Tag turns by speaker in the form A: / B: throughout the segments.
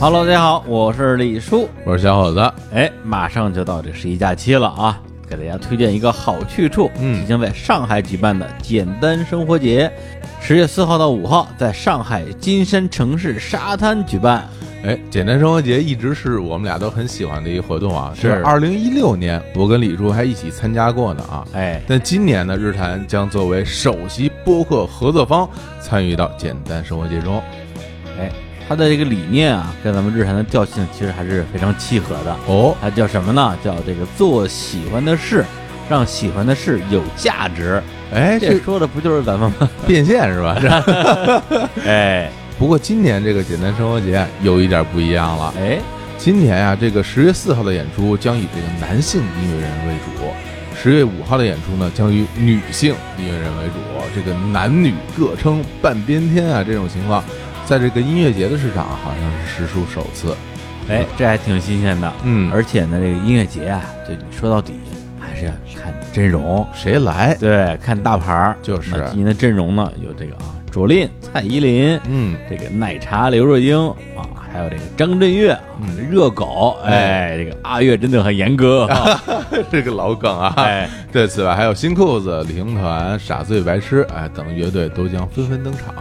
A: Hello，大家好，我是李叔。
B: 我是小伙子，
A: 哎，马上就到这十一假期了啊，给大家推荐一个好去处，
B: 嗯
A: 即将在上海举办的简单生活节，十月四号到五号在上海金山城市沙滩举办。
B: 哎，简单生活节一直是我们俩都很喜欢的一个活动啊。
A: 是
B: 二零一六年，我跟李叔还一起参加过呢啊。
A: 哎，
B: 但今年呢，日坛将作为首席播客合作方参与到简单生活节中。
A: 哎，它的这个理念啊，跟咱们日常的调性其实还是非常契合的。
B: 哦，
A: 它叫什么呢？叫这个做喜欢的事，让喜欢的事有价值。
B: 哎，
A: 这
B: 这
A: 说的不就是咱们吗？
B: 变现是吧？是
A: 哎
B: 不过今年这个简单生活节有一点不一样了。
A: 哎，
B: 今年呀、这个十月四号的演出将以这个男性音乐人为主，十月五号的演出呢将以女性音乐人为主。这个男女各称半边天啊，这种情况，在这个音乐节的市场啊好像是实属首次。
A: 哎，这还挺新鲜的。
B: 嗯而
A: 而且呢，这个音乐节啊，就你说到底还是要看阵容，
B: 谁来？
A: 对，看大牌儿。
B: 就是
A: 那今年的阵容呢，有这个啊，卓林、蔡依林，
B: 嗯，
A: 这个奶茶刘若英啊，还有这个张震岳，啊
B: 嗯
A: 热狗，哎，这个阿月真的很严 格，啊
B: 这个老梗啊。
A: 哎，
B: 对此外，还有新裤子、旅行团、傻醉白痴哎等乐队都将纷纷登场。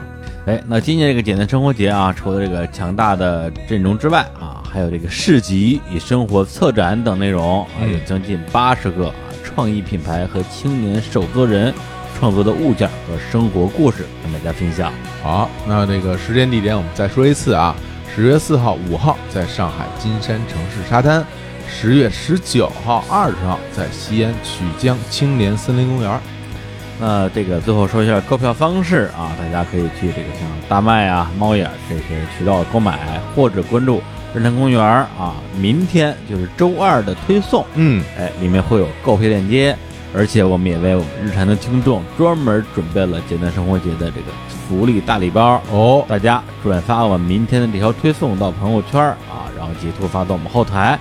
A: 哎，那今年这个简单生活节啊，除了这个强大的阵容之外啊，还有这个市集与生活策展等内容啊，
B: 嗯
A: 有将近八十个啊创意品牌和青年手作人创作的物件和生活故事跟大家分享。
B: 好，那这个时间地点我们再说一次啊，十月四号、五号在上海金山城市沙滩，十月十九号、二十号在西安曲江青莲森林公园。
A: 那这个最后说一下购票方式啊，大家可以去这个像大麦啊、猫眼儿这些渠道购买，或者关注日坛公园儿啊。明天就是周二的推送，
B: 嗯，
A: 哎，里面会有购票链接，而且我们也为我们日坛的听众专门准备了简单生活节的这个福利大礼包。
B: 哦，
A: 大家转发我们明天的这条推送到朋友圈儿啊，然后截图发到我们后台，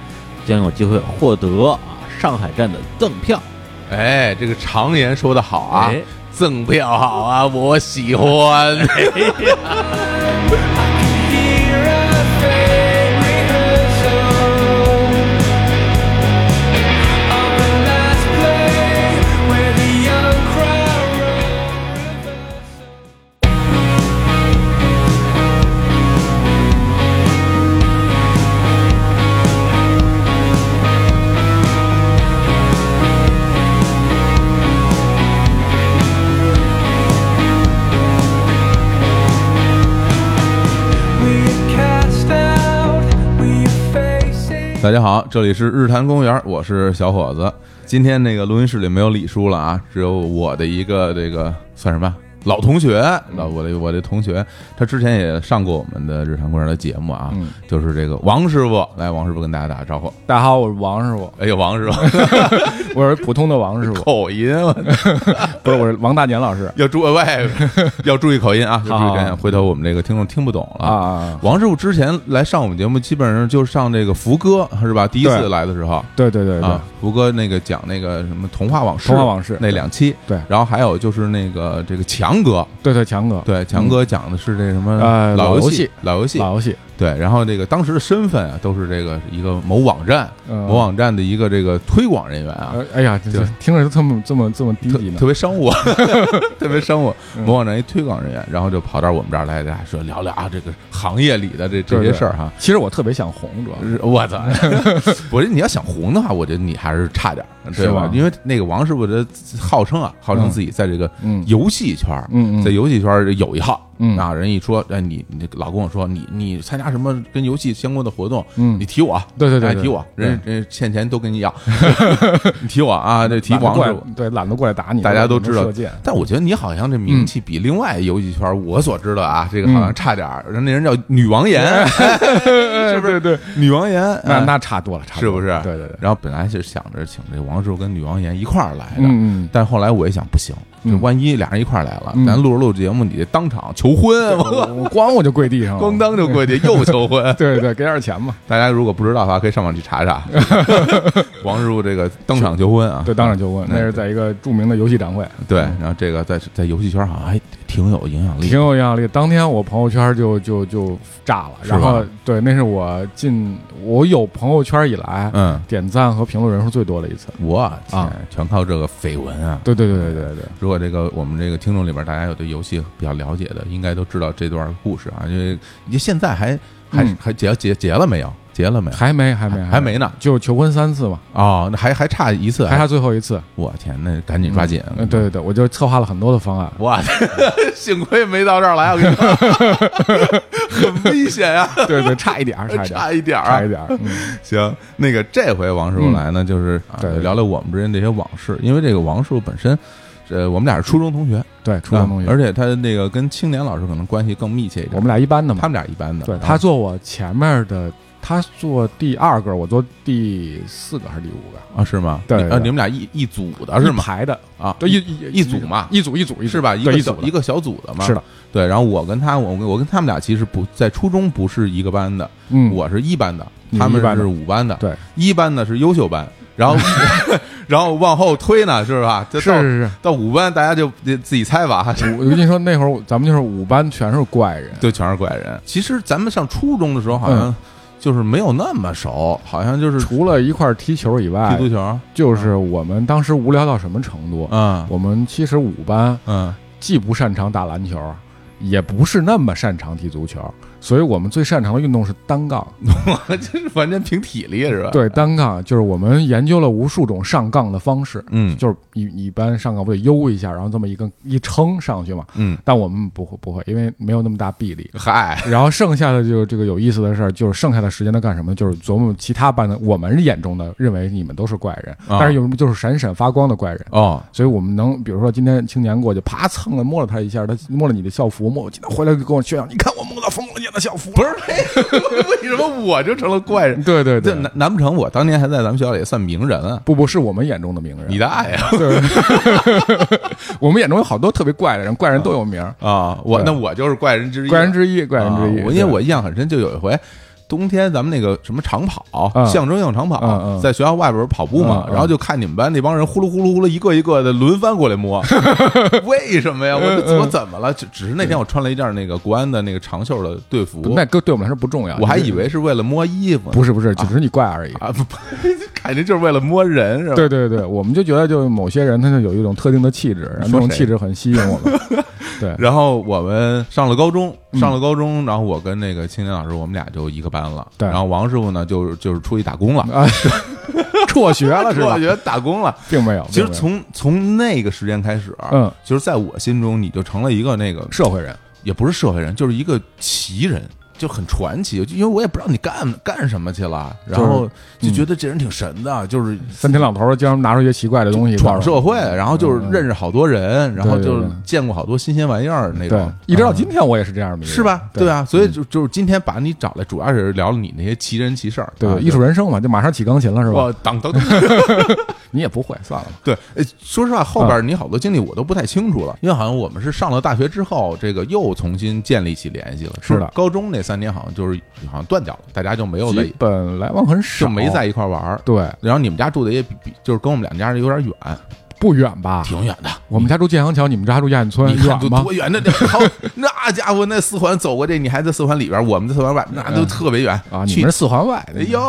A: 将有机会获得啊上海站的赠票
B: 哎，这个常言说得好啊，
A: 哎
B: 赠票好啊，我喜欢。
C: Hear a faint rehearsal of the last play where the young crowd rolls.
B: 大家好，这里是日坛公园，我是小伙子。今天那个录音室里没有李叔了啊，只有我的一个这个算什么老同学，老我的我的同学，他之前也上过我们的日坛公园的节目啊，就是这个王师傅。来，王师傅跟大家打个招呼。
D: 大家好，我是王师傅，
B: 哎呦，王师傅
D: 我是普通的王 师傅，
B: 口音我
D: 不是我是王大年老师
B: 要注喂，要注意口音啊，要注意口
D: 好
B: 音，回头我们这个听众听不懂了
D: 啊啊。啊！
B: 王师傅之前来上我们节目，基本上就是上这个福哥是吧？第一次
D: 对
B: 来的时候，
D: 对对对对，
B: 啊，胡歌那个讲那个什么童话往事，
D: 童话往事
B: 那两期，
D: 对
B: 然后还有就是那个这个强哥，
D: 对对强哥，
B: 对，强哥讲的是这什么
D: 嗯呃
B: 老
D: 老游
B: 戏
D: 戏，
B: 老游戏，
D: 老游戏，
B: 对，然后这个当时的身份啊，都是这个一个某网站，
D: 嗯
B: 某网站的一个这个推广人员啊，
D: 呃，哎呀，这这
B: 对
D: 听着就这么这么这么低
B: 特
D: 级呢
B: 特，别商务， 特别商务。
D: 嗯
B: 某网站一推广人员，然后就跑到我们这儿来，大家说聊聊啊，这个行业里的这这
D: 对
B: 些
D: 对
B: 事儿哈。
D: 其实我特别想红，主要是
B: 是我操！ 我觉得你要想红的话，我觉得你还是差点儿，对
D: 是
B: 吧
D: 吧？
B: 因为那个王师傅这号称啊，号称自己在这个
D: 嗯
B: 游戏圈儿，
D: 嗯嗯
B: 在游戏圈儿有一号，
D: 嗯
B: 啊，人一说，哎，你你老跟我说，你你参加什么跟游戏相关的活动，
D: 嗯
B: 你提我，
D: 对对对
B: 哎
D: 对嗯
B: 提我，
D: 对
B: 人人欠钱都跟 你要， 你提我啊，这提
D: 懒得
B: 王
D: 过
B: 师
D: 来
B: 傅。
D: 对懒得过来打你，
B: 大家都知道
D: 射箭，，
B: 但我觉得你好像这名气比另外游戏圈儿，我所知道啊，这个好像差点儿。人那人叫女王岩， 是不是？
D: 嗯对对，
B: 女王岩，
D: 那
B: 哎
D: 那差多了，差
B: 是
D: 多
B: 不
D: 了
B: 是？
D: 对对对，
B: 然后本来是想着请这王师傅跟女王岩一块儿来的，
D: 嗯嗯
B: 但后来我一想，不行，这
D: 嗯
B: 万一俩人一块儿来了，
D: 嗯
B: 咱录着录着节目，你得当场求婚，
D: 我我光我就跪地上了，。
B: 咣哎当就跪地又求婚
D: 对对，给点钱嘛，
B: 大家如果不知道的话，可以上网去查 查王师傅这个当场求婚啊。
D: 对，当场就问，
B: 那嗯
D: 那是在一个著名的游戏展会，
B: 对，然后这个在在游戏圈好像还挺挺有影响力，
D: 挺有影响力。当天我朋友圈就就就炸了，
B: 是吧
D: 然后对，那是我进我有朋友圈以来、
B: 嗯，
D: 点赞和评论人数最多的一次。
B: 我
D: 啊
B: 天，全靠这个绯闻啊！
D: 对对对对对对，
B: 如果这个我们这个听众里边大家有对游戏比较了解的，应该都知道这段故事啊，因为你现在还还
D: 嗯
B: 还结结结了没有？结了没有？
D: 还没还没
B: 还没呢
D: 就求婚三次嘛，
B: 哦，那还还差一次，
D: 还差最后一次。
B: 我天，那赶紧抓紧！啊
D: 嗯，对对对，我就策划了很多的方案。
B: 哇， 幸亏没到这儿来，我跟你 说，很危险呀、啊，
D: 对对，差一点 儿，差一点儿，
B: 差一点儿
D: 差一
B: 啊。
D: 点儿。嗯
B: 行，那个这回王师傅来呢，就是啊
D: 对对对
B: 聊聊我们之间这些往事，因为这个王师傅本身。呃，我们俩是初中同学，
D: 对，初中同
B: 啊
D: 学，
B: 而且他那个跟青年老师可能关系更密切一
D: 我
B: 点。
D: 们俩一班的嘛
B: 他。们俩一般的，
D: 对
B: 啊
D: 他坐我前面的，他坐第二个，我坐第四个还是第五个？
B: 啊是吗？
D: 对
B: 你
D: 对
B: 啊，
D: 对
B: 你们俩一一组的是
D: 一
B: 吗？
D: 排的，
B: 啊，
D: 对一一
B: 一组嘛
D: 一组一组一组
B: 是吧？一
D: 对
B: 个
D: 一组
B: 小一个小组的嘛，
D: 是的，
B: 对，然后我跟他，我跟我跟他们俩其实不在初中不是一个班的，
D: 嗯，
B: 我是一班的，
D: 你
B: 他们
D: 一班的
B: 是五班的，
D: 对，
B: 一班呢是优秀班，然 后然后往后推呢，是吧？就是到
D: 是
B: 到五班，大家就得自己猜吧，
D: 是，我我跟你说，那会儿我咱们就是五班全是怪人，
B: 就全是怪人。其实咱们上初中的时候，好像
D: 嗯
B: 就是没有那么熟，好像就是
D: 除了一块儿踢球以
B: 踢
D: 外
B: 足，球，
D: 就是我们当时无聊到什么程度？
B: 嗯
D: 我们其实五班
B: 嗯，
D: 既不擅长打篮球，也不是那么擅长踢足球，所以我们最擅长的运动是单杠。
B: 嗯我就是完全凭体力是吧？，
D: 对，单杠就是我们研究了无数种上杠的方式，
B: 嗯
D: 就是一一般上杠不得悠一下，然后这么一根一撑上去嘛。
B: 嗯，
D: 但我们不会不会，因为没有那么大臂力。
B: 嗨，
D: 然后剩下的就这个有意思的事儿，就是剩下的时间都干什么呢？就是琢磨其他班的，我们眼中的认为你们都是怪人，
B: 啊
D: 但是有什么就是闪闪发光的怪人。
B: 哦，
D: 所以我们能，比如说今天青年过去，啪蹭了摸了他一下，他摸了你的校服，摸今天回来就跟我炫耀，你看我摸到疯了姐的校服，不是？
B: 哎为什么我就成了怪人？
D: 对对
B: 这
D: 对，
B: 难难不成我当年还在咱们学校里也算名人啊？
D: 不不是我们眼中的名人，
B: 你啊大爷！
D: 对， 我们眼中有好多特别怪的人，怪人都有名儿，
B: 啊，我
D: 对
B: 那我就是怪人之一，
D: 怪人之一，怪人之一。
B: 啊我因为
D: 对
B: 我印象很深，就有一回。冬天咱们那个什么长跑，
D: 嗯
B: 象征性长跑，
D: 嗯嗯
B: 在学校外边跑步嘛，
D: 嗯嗯
B: 然后就看你们班那帮人呼噜呼噜呼噜一个一个的轮番过来 摸，为什么呀？
D: 嗯
B: 我我怎么了？只只是那天我穿了一件那个国安的那个长袖的队服，
D: 不那歌对我们来说不重要，
B: 我还
D: 就是
B: 以为是为了摸衣服呢，
D: 不是不是，只是你怪而已。
B: 啊，不， 不肯定就是为了摸人是吧？
D: 对对对，我们就觉得就某些人他就有一种特定的气质，然后那种
B: 谁
D: 气质很吸引我们。 对，
B: 然后我们上了高中，
D: 嗯
B: 上了高中，然后我跟那个青年老师，我们俩就一个班了。
D: 对
B: 然后王师傅呢，就是就是出去打工了，
D: 啊，辍学了是吧
B: 我？觉得打工了。
D: 并没有，
B: 其实
D: 并没有
B: 从从那个时间开始，啊
D: 嗯，
B: 就是在我心中，你就成了一个那个，
D: 社会人，
B: 也不是社会人，就是一个奇人，就很传奇。就因为我也不知道你干干什么去了，然后就
D: 嗯
B: 觉得这人挺神的，就是
D: 三天两头经常拿出一些奇怪的东西
B: 闯社
D: 会。
B: 会，然后就是认识好多人，然后
D: 对对
B: 就
D: 对
B: 见过好多新鲜玩意儿那
D: 对
B: 种，。嗯
D: 一直到今天我也是这样的一个人，嗯
B: 是吧？对啊，所以就就是今天把你找来，主要是聊了你那些奇人奇事儿，
D: 对，
B: 啊
D: 对，艺术人生嘛，就马上起钢琴了是吧？
B: 我当当当，
D: 你也不会，算了吧。
B: 对，呃说实话，后
D: 嗯
B: 边你好多经历我都不太清楚了，因为好像我们是上了大学之后，这个又重新建立起联系了。
D: 是的
B: 高中那三年好像就是好像断掉了，大家就没有在
D: 基本来往很少，
B: 就没在一块玩儿。
D: 对，
B: 然后你们家住的也比比就是跟我们俩家有点远，
D: 不远吧？
B: 挺远的。
D: 我们家住建阳桥，你们家住亚运村，
B: 你看
D: 嗯远
B: 多
D: 吗？
B: 多远的那好， 那家伙那四环走过这，你还在四环里边，我们在四环外，那都特别远
D: 啊，你
B: 去
D: 们是四环外的。
B: 哎，呦，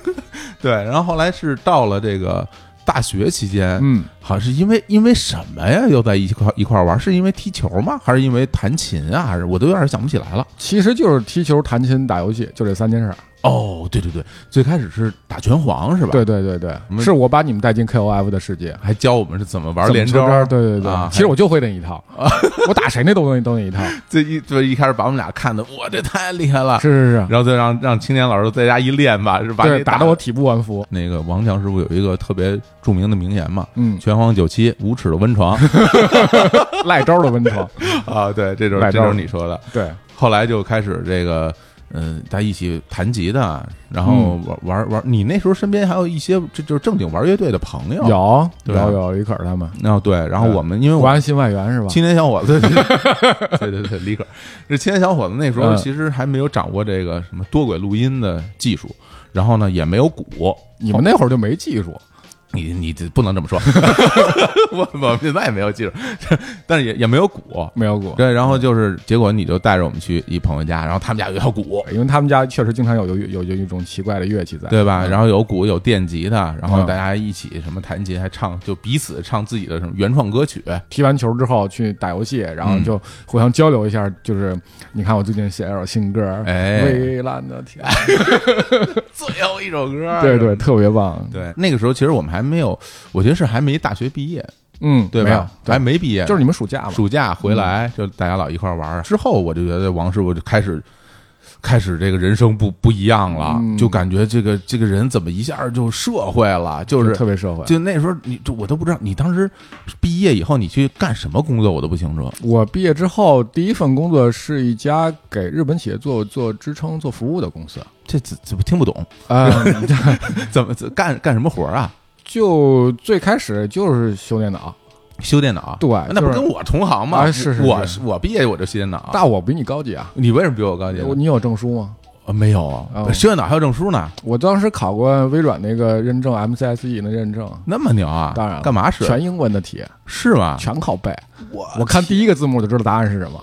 B: 对，然后后来是到了这个大学期间，
D: 嗯，
B: 好像是因为因为什么呀？又在一块一块儿玩，是因为踢球吗？还是因为弹琴啊？还是我都有点想不起来了。
D: 其实就是踢球、弹琴、打游戏，就这三件事儿。
B: 哦，对对对，最开始是打拳皇是吧？
D: 对，对对对，
B: 们
D: 是我把你们带进 KOF 的世界。
B: 还教我们是怎么
D: 怎
B: 玩
D: 么
B: 连
D: 出
B: 招。
D: 对对对
B: 啊，
D: 其实我就会那一套， 我打谁那都都那一 套。
B: 这一这一开始把我们俩看的，我这太厉害了。
D: 是是是，
B: 然后再让让青年老师在家一练吧，是吧？
D: 对，
B: 打
D: 打得我体不完肤。
B: 那个王强师傅有一个特别著名的名言嘛，
D: 嗯
B: 拳皇九七，无耻的温床
D: 赖招的温床。
B: 啊，对，这就是
D: 来
B: 这
D: 招
B: 就是你说的。
D: 对，
B: 后来就开始这个，嗯、大家一起弹吉他，然后
D: 嗯
B: 玩、玩玩。你那时候身边还有一些这就是正经玩乐队的朋友，
D: 有
B: 对啊
D: 有有李可儿他们，
B: 啊、对，然后
D: 对
B: 我们因为
D: 国
B: 我
D: 安新外援是吧？
B: 青年小伙子， 对对对，李可，这青年小伙子那时候
D: 嗯
B: 其实还没有掌握这个什么多轨录音的技术，然后呢也没有鼓，哦
D: 你们那会儿就没技术，
B: 你你这不能这么说， 我我现在也没有记住，但是也也没有鼓。
D: 没有鼓，
B: 对，然后就是结果你就带着我们去一朋友家，然后他们家有一套鼓，
D: 因为他们家确实经常有有有有一种奇怪的乐器在，
B: 对吧？然后有鼓，有电吉他，然后
D: 嗯
B: 大家一起什么弹琴，还唱，就彼此唱自己的什么原创歌曲。
D: 踢完球之后去打游戏，然后
B: 嗯
D: 就互相交流一下，就是你看我最近写了首新歌，
B: 哎
D: 蔚蓝的天，
B: 最后一首 歌，
D: 对对，特别棒，
B: 对，那个时候其实我们还没有，我觉得是还没大学毕业，
D: 嗯，
B: 对
D: 没有
B: 吧？，还没毕业，
D: 就是你嗯们暑假嘛，
B: 暑假回来就大家老一块儿玩儿。之后我就觉得王师傅就开始。开始这个人生不不一样了，
D: 嗯
B: 就感觉这个这个人怎么一下就社会了，就
D: 就是特别社会。
B: 就那时候你就我都不知道你当时毕业以后你去干什么工作，我都不清楚。
D: 我毕业之后第一份工作是一家给日本企业做做支撑、做服务的公司，
B: 这怎怎么听不 懂？
D: 嗯，
B: 怎么怎干干什么活儿啊？
D: 就最开始就是修电脑，
B: 修电脑？啊
D: 对
B: 那不
D: 就是
B: 跟我同行吗？
D: 啊是是
B: 我
D: 是
B: 我毕业我就修电脑。
D: 但我比你高级啊，
B: 你为什么比我高级？
D: 我你有证书吗？
B: 呃没有啊，
D: 哦
B: 修电脑还有证书呢，
D: 我当时考过微软那个认证 MCSE E 的认证，
B: 那么牛啊！
D: 当然了
B: 干嘛使？
D: 全英文的题，
B: 是吗？
D: 全靠背。
B: 啊我
D: 我看第一个字幕就知道答案是什么，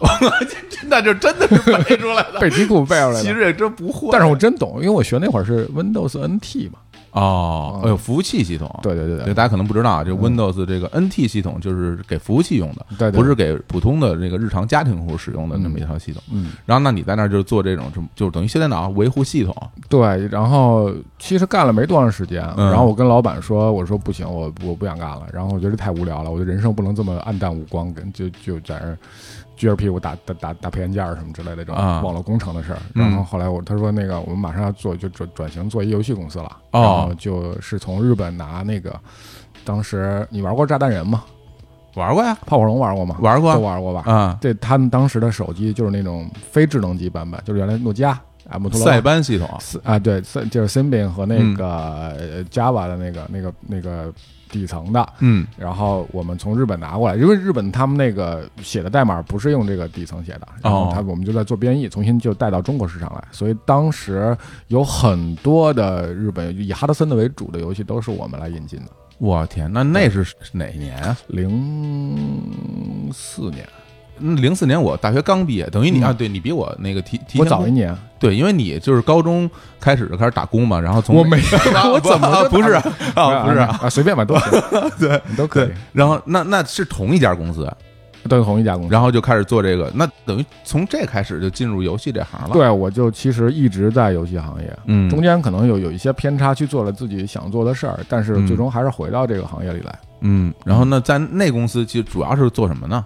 B: 那就真的是背出来的。
D: 背题库 背出 来
B: 其
D: 的。
B: 实也真不会。
D: 但是我真懂，因为我学那会儿是 Windows NT 嘛。
B: 哦，哎呦，服务器系统。
D: 对对对
B: 对，
D: 对
B: 大家可能不知道啊，就 Windows 这个 NT 系统就是给服务器用的，
D: 嗯对，对
B: 不是给普通的这个日常家庭户使用的那么一套系统。
D: 嗯
B: 然后，那你在那儿就做这种，就就等于修电脑啊维护系统。
D: 对，然后其实干了没多长时间，
B: 嗯
D: 然后我跟老板说，我说不行，我我不想干了，然后我觉得太无聊了，我的人生不能这么暗淡无光，跟就就在那儿撅着屁股打打打打配件件儿什么之类的这种
B: 啊
D: 网络工程的事儿。
B: 嗯
D: 然后后来我他说那个我们马上要做就转转型做一游戏公司了，
B: 哦
D: 然后就是从日本拿那个当时你玩过炸弹人吗？
B: 玩过呀，
D: 泡泡龙玩过吗？
B: 玩过
D: 都玩过吧？
B: 啊，
D: 对他们当时的手机就是那种非智能机版本，就是原来诺基亚啊，摩托罗拉
B: 塞班系统。
D: 斯啊，对，塞就是 Symbian 和
B: 嗯
D: 那个呃 Java 的那个、那个那个底层的，
B: 嗯，
D: 然后我们从日本拿过来，因为日本他们那个写的代码不是用这个底层写的，然
B: 哦
D: 后他我们就在做编译，重新就带到中国市场来，所以当时有很多的日本以哈德森的为主的游戏都是我们来引进的，
B: 我天，那那是哪一年啊？
D: 零四年，
B: 嗯零四年我大学刚毕业，等于你
D: 嗯
B: 啊，对你比我那个提提
D: 我
B: 前啊
D: 早一年，
B: 对，因为你就是高中开始就开始打工嘛，然后从
D: 我没
B: 我
D: 怎么就
B: 不是
D: 没
B: 啊
D: 有
B: 不是啊，
D: 啊，随便吧，都行，
B: 对
D: 你都可以
B: 对，，然后那那是同一家公司，啊
D: 都是同一家公司。
B: 然后就开始做这个，那等于从这开始就进入游戏这行了。，
D: 对，我就其实一直在游戏行业，
B: 嗯，
D: 中间可能有有一些偏差，去做了自己想做的事儿，但是最终还是回到这个行业里来。
B: 嗯，然后那在那公司其实主要是做什么呢？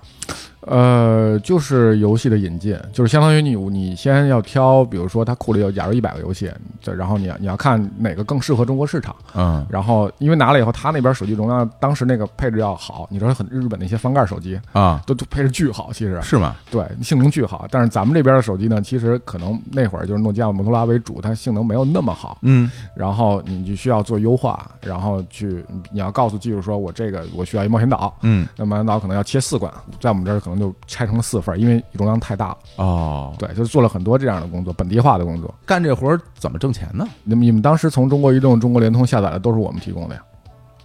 D: 呃，就是游戏的引进，就是相当于你你先要挑，比如说它库里有假如一百个游戏，这然后你要你要看哪个更适合中国市场，
B: 嗯
D: 然后因为拿了以后，它那边手机容量当时那个配置要好，你知道很日本那些翻盖手机
B: 啊，
D: 都都配置巨好，其实
B: 是吗？
D: 对性能巨好，但是咱们这边的手机呢，其实可能那会儿就是诺基亚、摩托罗拉为主，它性能没有那么好，
B: 嗯
D: 然后你就需要做优化，然后去你要告诉技术说，我这个我需要一冒险岛，
B: 嗯
D: 那冒险岛可能要切四管，在我们这儿可能就拆成了四份儿，因为容量太大了。
B: 哦，
D: 对，就是做了很多这样的工作，本地化的工作。
B: 干这活儿怎么挣钱呢？
D: 那么你们当时从中国移动、中国联通下载的都是我们提供的呀？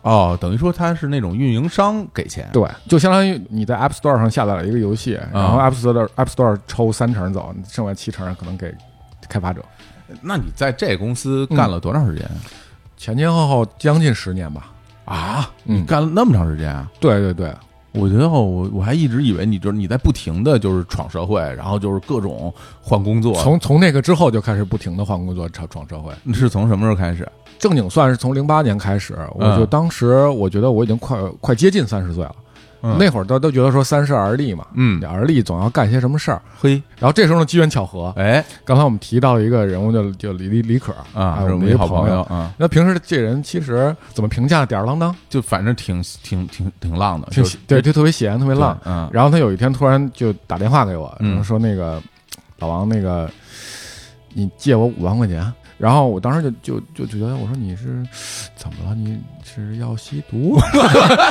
B: 哦，等于说他是那种运营商给钱。
D: 对，啊就相当于你在 App Store 上下载了一个游戏，然后 App Store App Store 抽三成走，剩下七成可能给开发者。
B: 那你在这公司干了多长时间、
D: 前前后后将近十年吧。
B: 啊？
D: 嗯
B: 你干了那么长时间啊？
D: 对对对，
B: 我觉得我我还一直以为你就是你在不停的就是闯社会，然后就是各种换工作。
D: 从从那个之后就开始不停的换工作，闯闯社会。
B: 是从什么时候开始？
D: 正经算是从零八年开始，我
B: 嗯
D: 就当时我觉得我已经快快接近三十岁了，
B: 嗯
D: 那会儿都都觉得说三十而立嘛，
B: 嗯，
D: 而立总要干些什么事儿。
B: 嘿，
D: 然后这时候呢，机缘巧合，
B: 哎
D: 刚才我们提到一个人物就就李李李可
B: 啊，是
D: 我
B: 我
D: 们
B: 们
D: 一
B: 一
D: 个
B: 好
D: 朋
B: 朋友。啊，
D: 那平时这人其实怎么评价呢？吊儿郎当，
B: 就反正挺挺挺挺浪的，
D: 就
B: 就是
D: 对，就特别闲，特别
B: 对
D: 浪。
B: 嗯，
D: 然后他有一天突然就打电话给我，
B: 嗯
D: 然后说那个老王，那个你借我五万块钱。然后我当时就就就觉得，我说你是怎么了？你是要吸毒？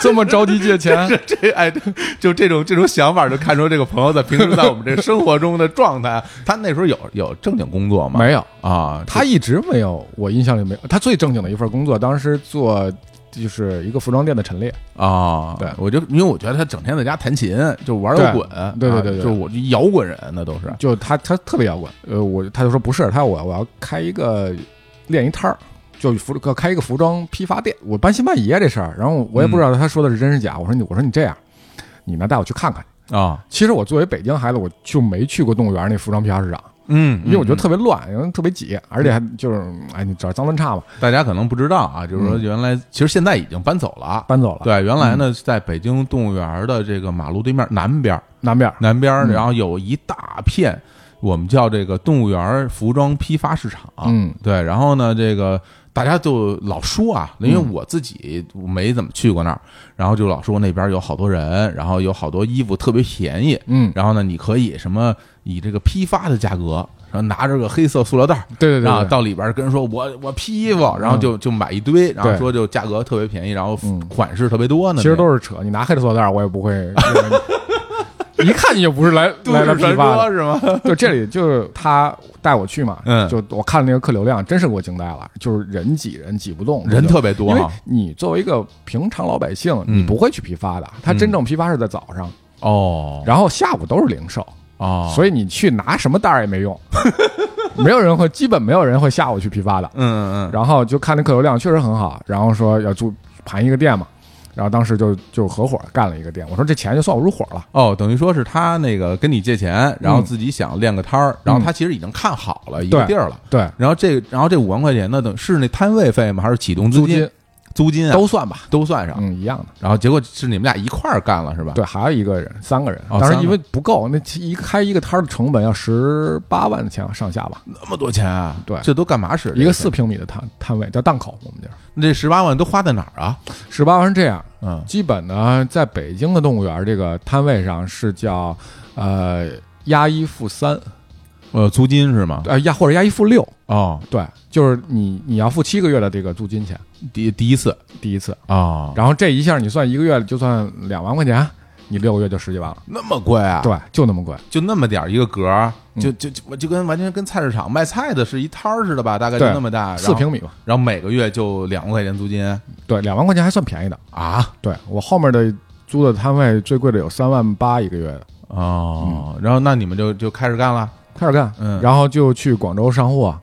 D: 这么着急借钱？
B: 这哎，这就这种这种想法，就看出这个朋友在平时在我们这生活中的状态。 他那时候有有正经工作吗？
D: 没有，
B: 啊，
D: 他一直没有。我印象里没有。他最正经的一份工作，当时做就是一个服装店的陈列，
B: 啊，
D: 对
B: 我就因为我觉得他整天在家弹琴，就玩
D: 对
B: 摇滚，
D: 对对
B: 啊
D: 对对啊
B: 就我摇滚人那都是
D: 就他他特别摇滚，呃，我他就说不是，他我我要开一个练一摊儿，就服要开一个服装批发店，我半信半疑啊这事儿，然后我也不知
B: 嗯
D: 道他说的是真是假，我说你我说你这样，你呢带我去看看。
B: 啊，
D: 其实我作为北京孩子，我就没去过动物园那服装批发市场，
B: 嗯，
D: 因为我觉得
B: 嗯
D: 特别乱，然后特别挤，而且还就是哎，你找脏乱差嘛，
B: 大家可能不知道啊，就是说
D: 嗯
B: 原来其实现在已经搬走了。
D: 搬走了。，
B: 对，原来呢，在北京动物园的这个马路对面南边儿，
D: 南边儿
B: 南边儿，
D: 嗯
B: 然后有一大片，我们叫这个动物园服装批发市场。
D: 嗯
B: 对，然后呢，这个大家就老说啊，因为
D: 嗯
B: 我自己没怎么去过那儿，然后就老说那边有好多人，然后有好多衣服特别便宜，
D: 嗯，
B: 然后呢，你可以什么以这个批发的价格，然后拿着个黑色塑料袋儿。
D: 对对对
B: 然后
D: 对，
B: 啊到里边儿跟人说我我批衣服，然后就就买一堆，然后说就价格特别便宜，然后
D: 嗯
B: 款式特别多呢。
D: 其实都是扯，你拿黑的塑料袋儿我也不会， 一看你就不是来
B: 都
D: 来来
B: 市
D: 批
B: 传
D: 发
B: 说。
D: 的
B: 是吗？
D: 就这里就是他带我去嘛，
B: 嗯
D: 就我看那个客流量，真是给我惊呆了，就是人挤人挤不动，
B: 人特别
D: 因
B: 多啊
D: 为
B: 哈。
D: 你作为一个平常老百姓，
B: 嗯
D: 你不会去批发的，他真正批发是在早上，
B: 哦
D: 然后下午都是零售，
B: 哦，以
D: 所以你去拿什么袋儿也没用， 没有人会，基本没有人会下午去批发的。
B: 嗯嗯
D: 然后就看那客流量确实很好，然后说要租盘一个店嘛，然后当时就就合伙干了一个店，我说这钱就算我入伙了。
B: 哦，等于说是他那个跟你借钱，然后
D: 嗯
B: 自己想练个摊儿，然后他其实已经看好了一个
D: 对
B: 地儿了。
D: 对，
B: 然后这，然后这五万块钱呢，等是那摊位费吗？还是启动
D: 租
B: 金
D: 金？
B: 租金啊，
D: 都算吧，
B: 都算上。
D: 嗯，一样的。
B: 然后结果是你们俩一块儿干了是吧？
D: 对，还有一个人，三个人。
B: 哦
D: 当
B: 三
D: 时
B: 个
D: 因为不够，那一开一个摊儿的成本要十八万钱上下吧，
B: 那么多钱啊！
D: 对
B: 这都干嘛使？
D: 一个四平米的摊摊位叫档口，我们这儿
B: 那这十八万都花在哪儿啊？
D: 十八万是这样。
B: 嗯
D: 基本呢，在北京的动物园儿这个摊位上是叫呃押一付三，
B: 呃，租金是吗？
D: 呃押或者押一付六，
B: 哦，
D: 对，就是你你要付七个月的这个租金钱，
B: 第第一次
D: 第一次，
B: 哦，
D: 然后这一下你算一个月就算两万块钱，你六个月就十几万了，
B: 那么贵啊？，
D: 对，就那么贵。
B: 就那么点儿一个格儿，
D: 嗯
B: 就就就我就跟完全跟菜市场卖菜的是一摊儿似的吧，大概就
D: 对
B: 那么大，然后
D: 四平米吧，
B: 啊然后每个月就两万块钱租金
D: 对，两万块钱还算便宜的，
B: 啊
D: 对我后面的租的摊位最贵的有三万八一个月的，
B: 哦，然后那你们就就开始干了，
D: 开始干，
B: 嗯
D: 然后就去广州 上货，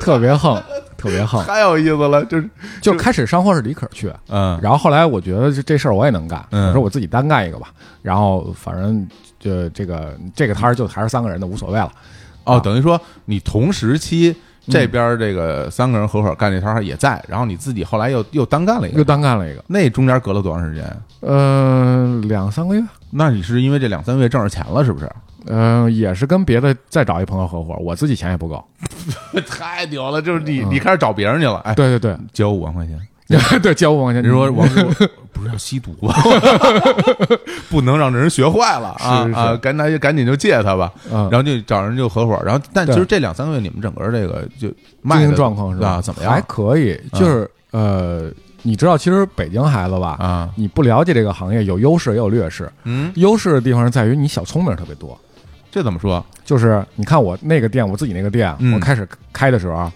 D: 特别横，特别横，
B: 太有意思了， 就是
D: 就开始上货是李可去，
B: 嗯
D: 然后后来我觉得这这事儿我也能干，
B: 嗯
D: 我说我自己单干一个吧，然后反正就这个这个摊儿就还是三个人的无所谓了，
B: 哦，等于说你同时期这边儿这个三个人合伙干这摊儿也在，然后你自己后来又又单干了一
D: 又
B: 个，
D: 单干了一个，
B: 那中间隔了多长时间？
D: 呃，两三个月，
B: 那你是因为这两三个月挣着钱了是不是？
D: 嗯、也是跟别的再找一朋友合伙，我自己钱也不够，
B: 太牛了，就是你
D: 嗯
B: 你开始找别人去了，哎，
D: 对对对。
B: 交五万块钱。
D: 对，交五万块钱。
B: 人说王叔不是要吸毒吧？ 不能让这人学坏了啊
D: 是是
B: 啊！赶紧赶紧就戒他吧，
D: 嗯
B: 然后就找人就合伙，然后但其
D: 对
B: 实这两三个月你们整个这个就
D: 经
B: 卖
D: 营
B: 的
D: 状况是吧？
B: 啊怎么
D: 还
B: 样嗯
D: 可以，就是、呃，你知道，其实北京孩子吧，
B: 啊？
D: 你不了解这个行业，有优势也有劣势。
B: 嗯，
D: 优势的地方是在于你小聪明特别多，
B: 这怎么说？
D: 就是你看我那个店，我自己那个店，
B: 嗯
D: 我开始开的时候啊，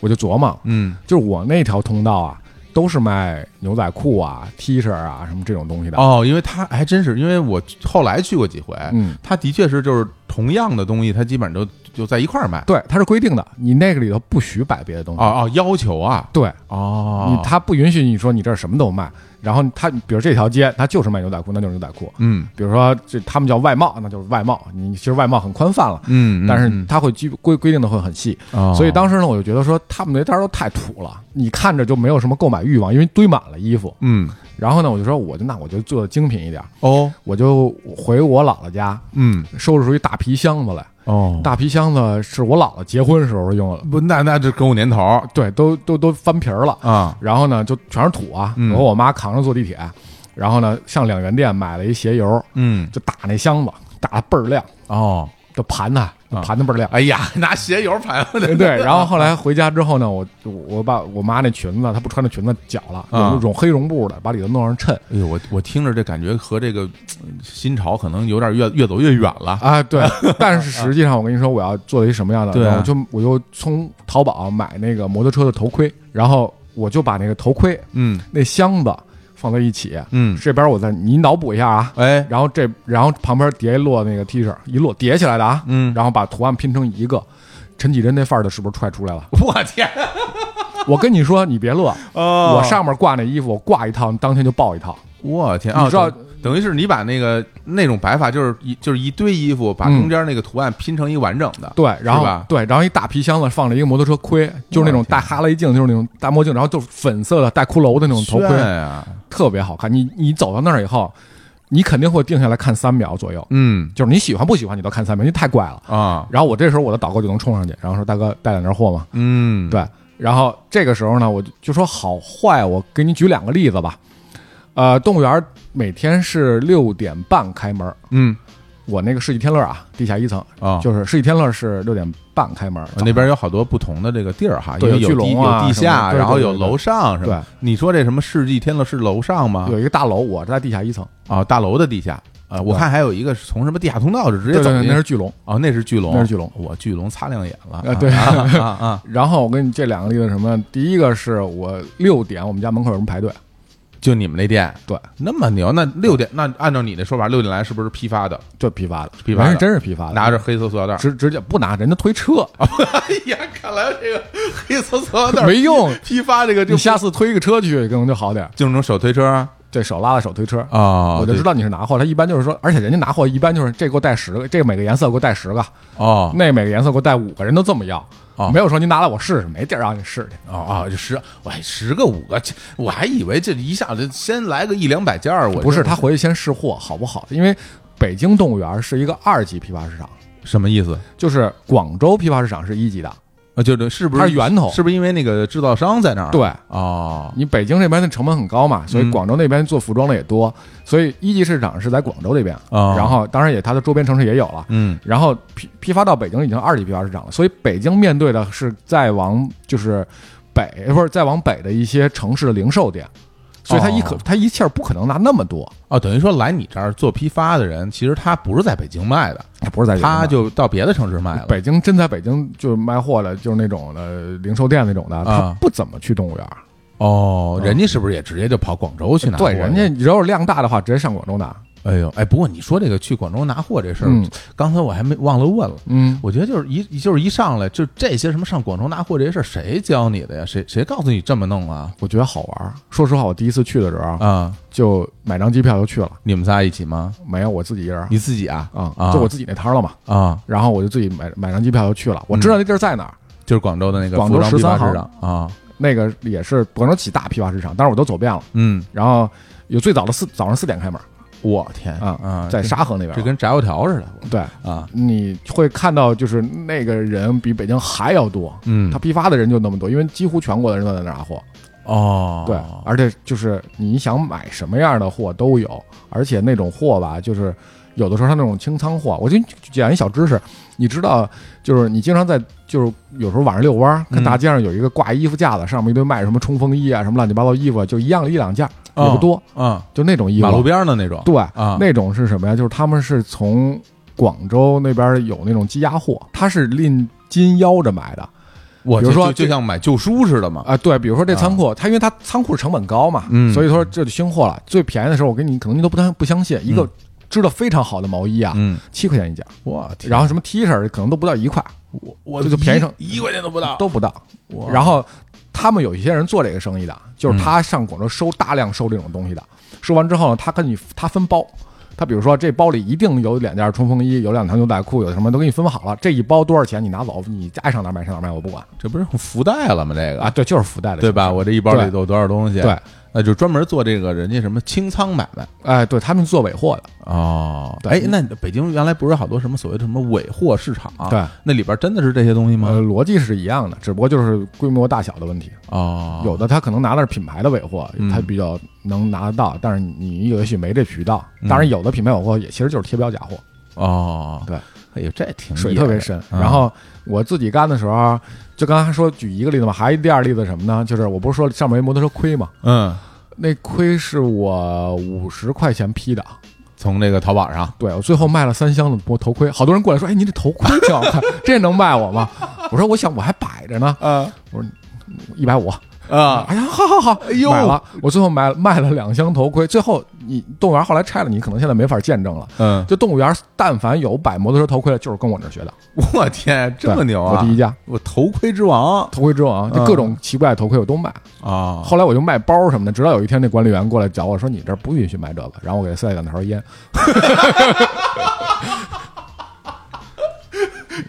D: 我就琢磨，
B: 嗯
D: 就是我那条通道啊，都是卖牛仔裤啊、T 恤啊什么这种东西的。
B: 哦，因为他还真是，因为我后来去过几回，
D: 嗯，
B: 他的确是就是同样的东西，他基本上就就在一块儿卖。
D: 对，它是规定的，你那个里头不许摆别的东西。
B: 哦哦，要求啊，
D: 对，你
B: 哦，
D: 他不允许你说你这儿什么都卖，然后他比如这条街，他就是卖牛仔裤，那就是牛仔裤。
B: 嗯
D: 比如说这他们叫外贸，那就是外贸。你其实外贸很宽泛了，
B: 嗯，
D: 但是
B: 嗯
D: 它会基规规定的会很细。
B: 哦
D: 所以当时呢，我就觉得说他们那摊儿都太土了，你看着就没有什么购买欲望，因为堆满了衣服。
B: 嗯
D: 然后呢，我就说我就那我就做的精品一点儿，
B: 哦
D: 我就回我姥姥家
B: 嗯
D: 收拾出一大皮箱子来。
B: 哦，
D: 大皮箱子是我姥姥结婚时候用的，
B: 不那那这跟我年头儿
D: 对，都都都翻皮儿了。
B: 啊，
D: 然后呢，就全是土啊，
B: 嗯
D: 我和我妈扛着坐地铁，然后呢上两元店买了一鞋油，
B: 嗯
D: 就打那箱子，打得倍儿亮。
B: 哦，
D: 就盘它，就盘的倍儿亮。
B: 哎呀，拿鞋油盘了
D: 对，然后后来回家之后呢，我我我把我妈那裙子，她不穿那裙子绞了，
B: 啊
D: 有那种黑绒布的，把里头弄上衬
B: 哎呦，我我听着这感觉和这个呃新潮可能有点越越走越远了。
D: 啊。对， 但是实际上我跟你说，我要做一什么样的，
B: 对啊
D: 然后我就我就从淘宝买那个摩托车的头盔，然后我就把那个头盔、
B: 嗯
D: 那箱子放在一起，
B: 嗯，
D: 这边我再你脑补一下啊，
B: 哎，
D: 然后这然后旁边叠一摞那个 T 恤，一摞叠起来的啊，
B: 嗯？
D: 然后把图案拼成一个。陈绮贞那范儿的是不是踹出来了
B: 我天，
D: 我跟你说，你别乐，
B: 哦
D: 我上面挂那衣服，我挂一套，当天就爆一套。
B: 我天啊，
D: 你知道
B: 等等于是你把那个那种摆法，就是一就是一堆衣服，把
D: 嗯
B: 中间那个图案拼成一完整的，
D: 对，然
B: 是
D: 后
B: 吧
D: 对，然后一大皮箱子放了一个摩托车盔，就是那种戴哈雷镜，就是那种大墨镜，然后就是粉色的带骷髅的那种头
B: 炫
D: 盔，
B: 啊，
D: 特别好看。你你走到那儿以后，你肯定会定下来看三秒左右，
B: 嗯
D: 就是你喜欢不喜欢你都看三秒，因为太怪了。
B: 啊，
D: 然后我这时候我的导购就能冲上去，然后说大哥带两件货吗？
B: 嗯，
D: 对，然后这个时候呢，我就就说好坏，我给你举两个例子吧。呃，动物园每天是六点半开门，
B: 嗯
D: 我那个世纪天乐啊，地下一层，
B: 啊，呃
D: 就是世纪天乐是六点半开门，
B: 那边有好多不同的这个地儿哈，因
D: 对
B: 为有
D: 有
B: 地
D: 巨龙啊
B: 有地
D: 什么
B: 下，
D: 的对
B: 然后
D: 对
B: 有
D: 对对
B: 楼上什么
D: 对。
B: 你说这什么世纪天乐是楼上吗？
D: 有一个大楼，我在地下一层，
B: 啊，大楼的地下啊，我
D: 对
B: 看还有一个是从什么地下通道就直接
D: 对
B: 走
D: 对对，
B: 进
D: 那是
B: 去。
D: 巨龙。
B: 哦，那是巨龙，
D: 那是巨龙
B: 我巨龙擦亮眼了
D: 啊对
B: 啊啊啊！
D: 然后我跟你这两个例子是什么？第一个是我六点我们家门口有人排队，
B: 就你们那店
D: 对，
B: 那么牛，那六点那按照你的说法，六点来是不是批发的？
D: 就批发的，
B: 批发的
D: 人是真是批发的，
B: 拿着黑色塑料袋儿。
D: 直直接不拿，人家推车
B: 哎呀，看来这个黑色塑料袋儿
D: 没用，
B: 批发这个 就
D: 你下次推一个车去可能就好点儿，
B: 就那种手推车
D: 这手拉着手推车。
B: 啊，
D: 我就知道你是拿货，他一般就是说，而且人家拿货一般就是这给我带十个，这每个颜色给我带十个，
B: 哦，
D: 那每个颜色给我带五个，人都这么要
B: 哦，
D: 没有说您拿来我试试，没地儿让你试去。
B: 哦哦，就十，我还十个五个，这我还以为这一下子先来个一两百件儿，我
D: 不是，
B: 这
D: 他回去先试货好不好？因为北京动物园是一个二级批发市场，
B: 什么意思？
D: 就是广州批发市场是一级的，
B: 啊，就这是不是
D: 它是源头
B: 是不是因为那个制造商在那儿？
D: 对
B: 哦，
D: 你北京这边的成本很高嘛，所以广州那边做服装的也多，所以一级市场是在广州这边，
B: 哦
D: 然后当然也它的周边城市也有了，
B: 嗯
D: 然后批批发到北京已经二级批发市场了，所以北京面对的是再往就是北呃不是再往北的一些城市的零售店，所以它一可、
B: 哦
D: 它一气儿不可能拿那么多，
B: 哦，等于说来你这儿做批发的人，其实他不是在北京卖的，
D: 它不是在
B: 他就到别的城市卖了。
D: 北京真在北京就是卖货的，就是那种的零售店那种的，他
B: 啊
D: 不怎么去动物园儿。
B: 哦，人家是不是也直接就跑广州去拿货
D: 嗯对，
B: 去？
D: 人家如果量大的话，直接上广州拿。
B: 哎呦，哎，不过你说这个去广州拿货这事儿，
D: 嗯
B: 刚才我还没忘了问了。
D: 嗯，
B: 我觉得就是一就是一上来就这些什么上广州拿货这些事儿，谁教你的呀？谁谁告诉你这么弄啊？
D: 我觉得好玩儿。说实话，我第一次去的时候，
B: 啊，
D: 就买张机票就去了，
B: 你们仨一起吗？
D: 没有我自己一人儿
B: 你自己啊？
D: 啊、
B: 啊，
D: 就我自己那摊儿了嘛。
B: 啊，
D: 然后我就自己买买张机票就去了。我知道那地儿在哪儿，
B: 就是广州的那个
D: 广州
B: 服装批发
D: 13行
B: 市场啊，
D: 那个也是广州几大批发市场，但是我都走遍了。
B: 嗯，
D: 然后有最早的四早上四点开门
B: 我天
D: 啊
B: 啊，
D: 在
B: 这
D: 沙河那边儿。
B: 这跟炸油条似的
D: 对，
B: 啊，
D: 你会看到就是那个人比北京还要多。
B: 嗯
D: 他批发的人就那么多，因为几乎全国的人都在那儿拿货。
B: 哦，
D: 对，而且就是你想买什么样的货都有，而且那种货吧，就是有的时候它那种清仓货，我就讲一小知识，你知道，就是你经常在就是有时候晚上遛弯儿，看
B: 嗯
D: 大街上有一个挂衣服架子，上面一堆卖什么冲锋衣啊，什么乱七八糟衣服啊，就一样的一两件儿，也不多，
B: 啊，
D: 就那种衣
B: 嗯
D: 服。
B: 马路边儿的那种，
D: 对，
B: 啊
D: 那种是什么呀？就是他们是从广州那边有那种积压货，它是拎金腰着买的。
B: 我
D: 比如
B: 就
D: 说
B: 就就
D: 这
B: 像买旧书似的嘛，
D: 啊，对，比如说这仓库，它因为它仓库成本高嘛，
B: 嗯
D: 所以说这就新货了。最便宜的时候，我给你可能你都不相不相信，一个织的非常好的毛衣啊，
B: 嗯，
D: 七块钱一件，
B: 我天，
D: 然后什么 T 恤可能都不到一块，
B: 我我
D: 这就便宜
B: 一
D: 成
B: 一块钱都不到，
D: 都不到。
B: 哇嗯
D: 然后他们有一些人做这个生意的，就是他上广州收大量收这种东西的，收完之后呢，他跟你他分包。他比如说，这包里一定有两件冲锋衣，有两条牛仔裤，有什么都给你分好了。这一包多少钱？你拿走，你爱上哪儿买上哪儿买，我不管
B: 这不是福袋了吗？这个
D: 啊。对，就是福袋的，
B: 对吧？？我这一包里都有多少东西？
D: 对，
B: 那就专门做这个人家什么清仓买卖
D: 哎，对他们做尾货的，
B: 哦。
D: 对
B: 哎，那北京原来不是好多什么所谓的什么尾货市场？啊
D: 对，
B: 那里边真的是这些东西
D: 呃，
B: 吗？
D: 逻辑是一样的，只不过就是规模大小的问题。
B: 哦，
D: 有的他可能拿的是品牌的尾货
B: 嗯，
D: 他比较能拿得到，但是你也许没这渠道。
B: 嗯
D: 当然，有的品牌尾货也其实就是贴标假货，
B: 哦，
D: 对，
B: 哎呦，这挺
D: 水
B: 野
D: 特别
B: 的
D: 深。
B: 嗯
D: 然后我自己干的时候，啊就刚才说举一个例子嘛，还有第二例子是什么呢？就是我不是说上面有一摩托车亏嘛，
B: 嗯，
D: 那亏是我五十块钱批的。啊
B: 从这个淘宝上
D: 对，我最后卖了三箱的头头盔，好多人过来说：“哎，您这头盔挺好看，这能卖我吗？”我说：“我想我还摆着呢。”
B: 啊，
D: 一百五，
B: 啊，
D: 哎呀，好好好，
B: 哎呦
D: 买了，我最后买卖了两箱头盔。最后你动物园后来拆了，你可能现在没法见证了。
B: 嗯，
D: 就动物园，但凡有摆摩托车头盔的，就是跟我那儿学的，
B: 我天，这么牛啊！嗯
D: 对我第一家
B: 我头盔之王
D: 头盔之王，就各种奇怪的头盔我都卖。
B: 啊！
D: 后来我就卖包什么的，直到有一天那管理员过来找我说：“你这儿不允许卖这个。”然后我给他塞了两条烟。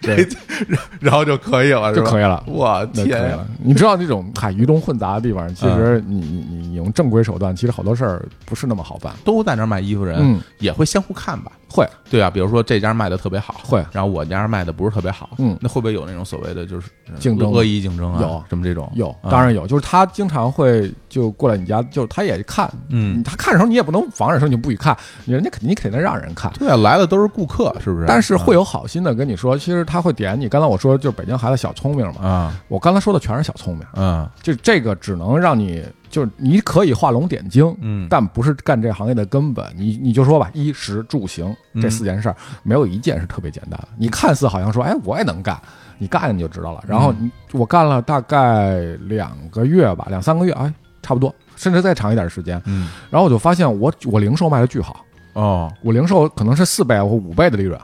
D: 对，
B: 然后就可以了，是吧
D: 就可以了
B: 哎我
D: 那可以
B: 天嗯呀
D: 了！你知道这种嗨鱼龙混杂的地方，其实你你你你用正规手段，其实好多事儿不是那么好办。
B: 都在那儿卖衣服人，
D: 嗯
B: 也会相互看吧？
D: 会，
B: 对啊，比如说这家卖的特别好，
D: 会
B: 然后我家卖的不是特别好，
D: 嗯
B: 那会不会有那种所谓的就是呃
D: 竞争
B: 恶意竞争啊？
D: 有
B: 什么这种？
D: 有，
B: 啊
D: 当然有，就是他经常会就过来你家，就是他也看，
B: 嗯
D: 他看的时候你也不能防着说你不许看，你人家肯你肯定让人看。
B: 对啊，来的都是顾客，是不是？
D: 但是会有好心的跟你说，其实他会点你。刚才我说就是北京孩子小聪明嘛，
B: 啊，
D: 我刚才说的全是小聪明，
B: 嗯
D: 就这个只能让你就是你可以画龙点睛，
B: 嗯
D: 但不是干这行业的根本。你你就说吧，衣食住行这四件事儿，没有一件是特别简单的。你看似好像说，哎，我也能干，你干你就知道了。然后你我干了大概两个月吧，两三个月，哎，差不多，甚至再长一点时间。
B: 嗯，
D: 然后我就发现我我零售卖的巨好，
B: 哦，
D: 我零售可能是四倍或五倍的利润，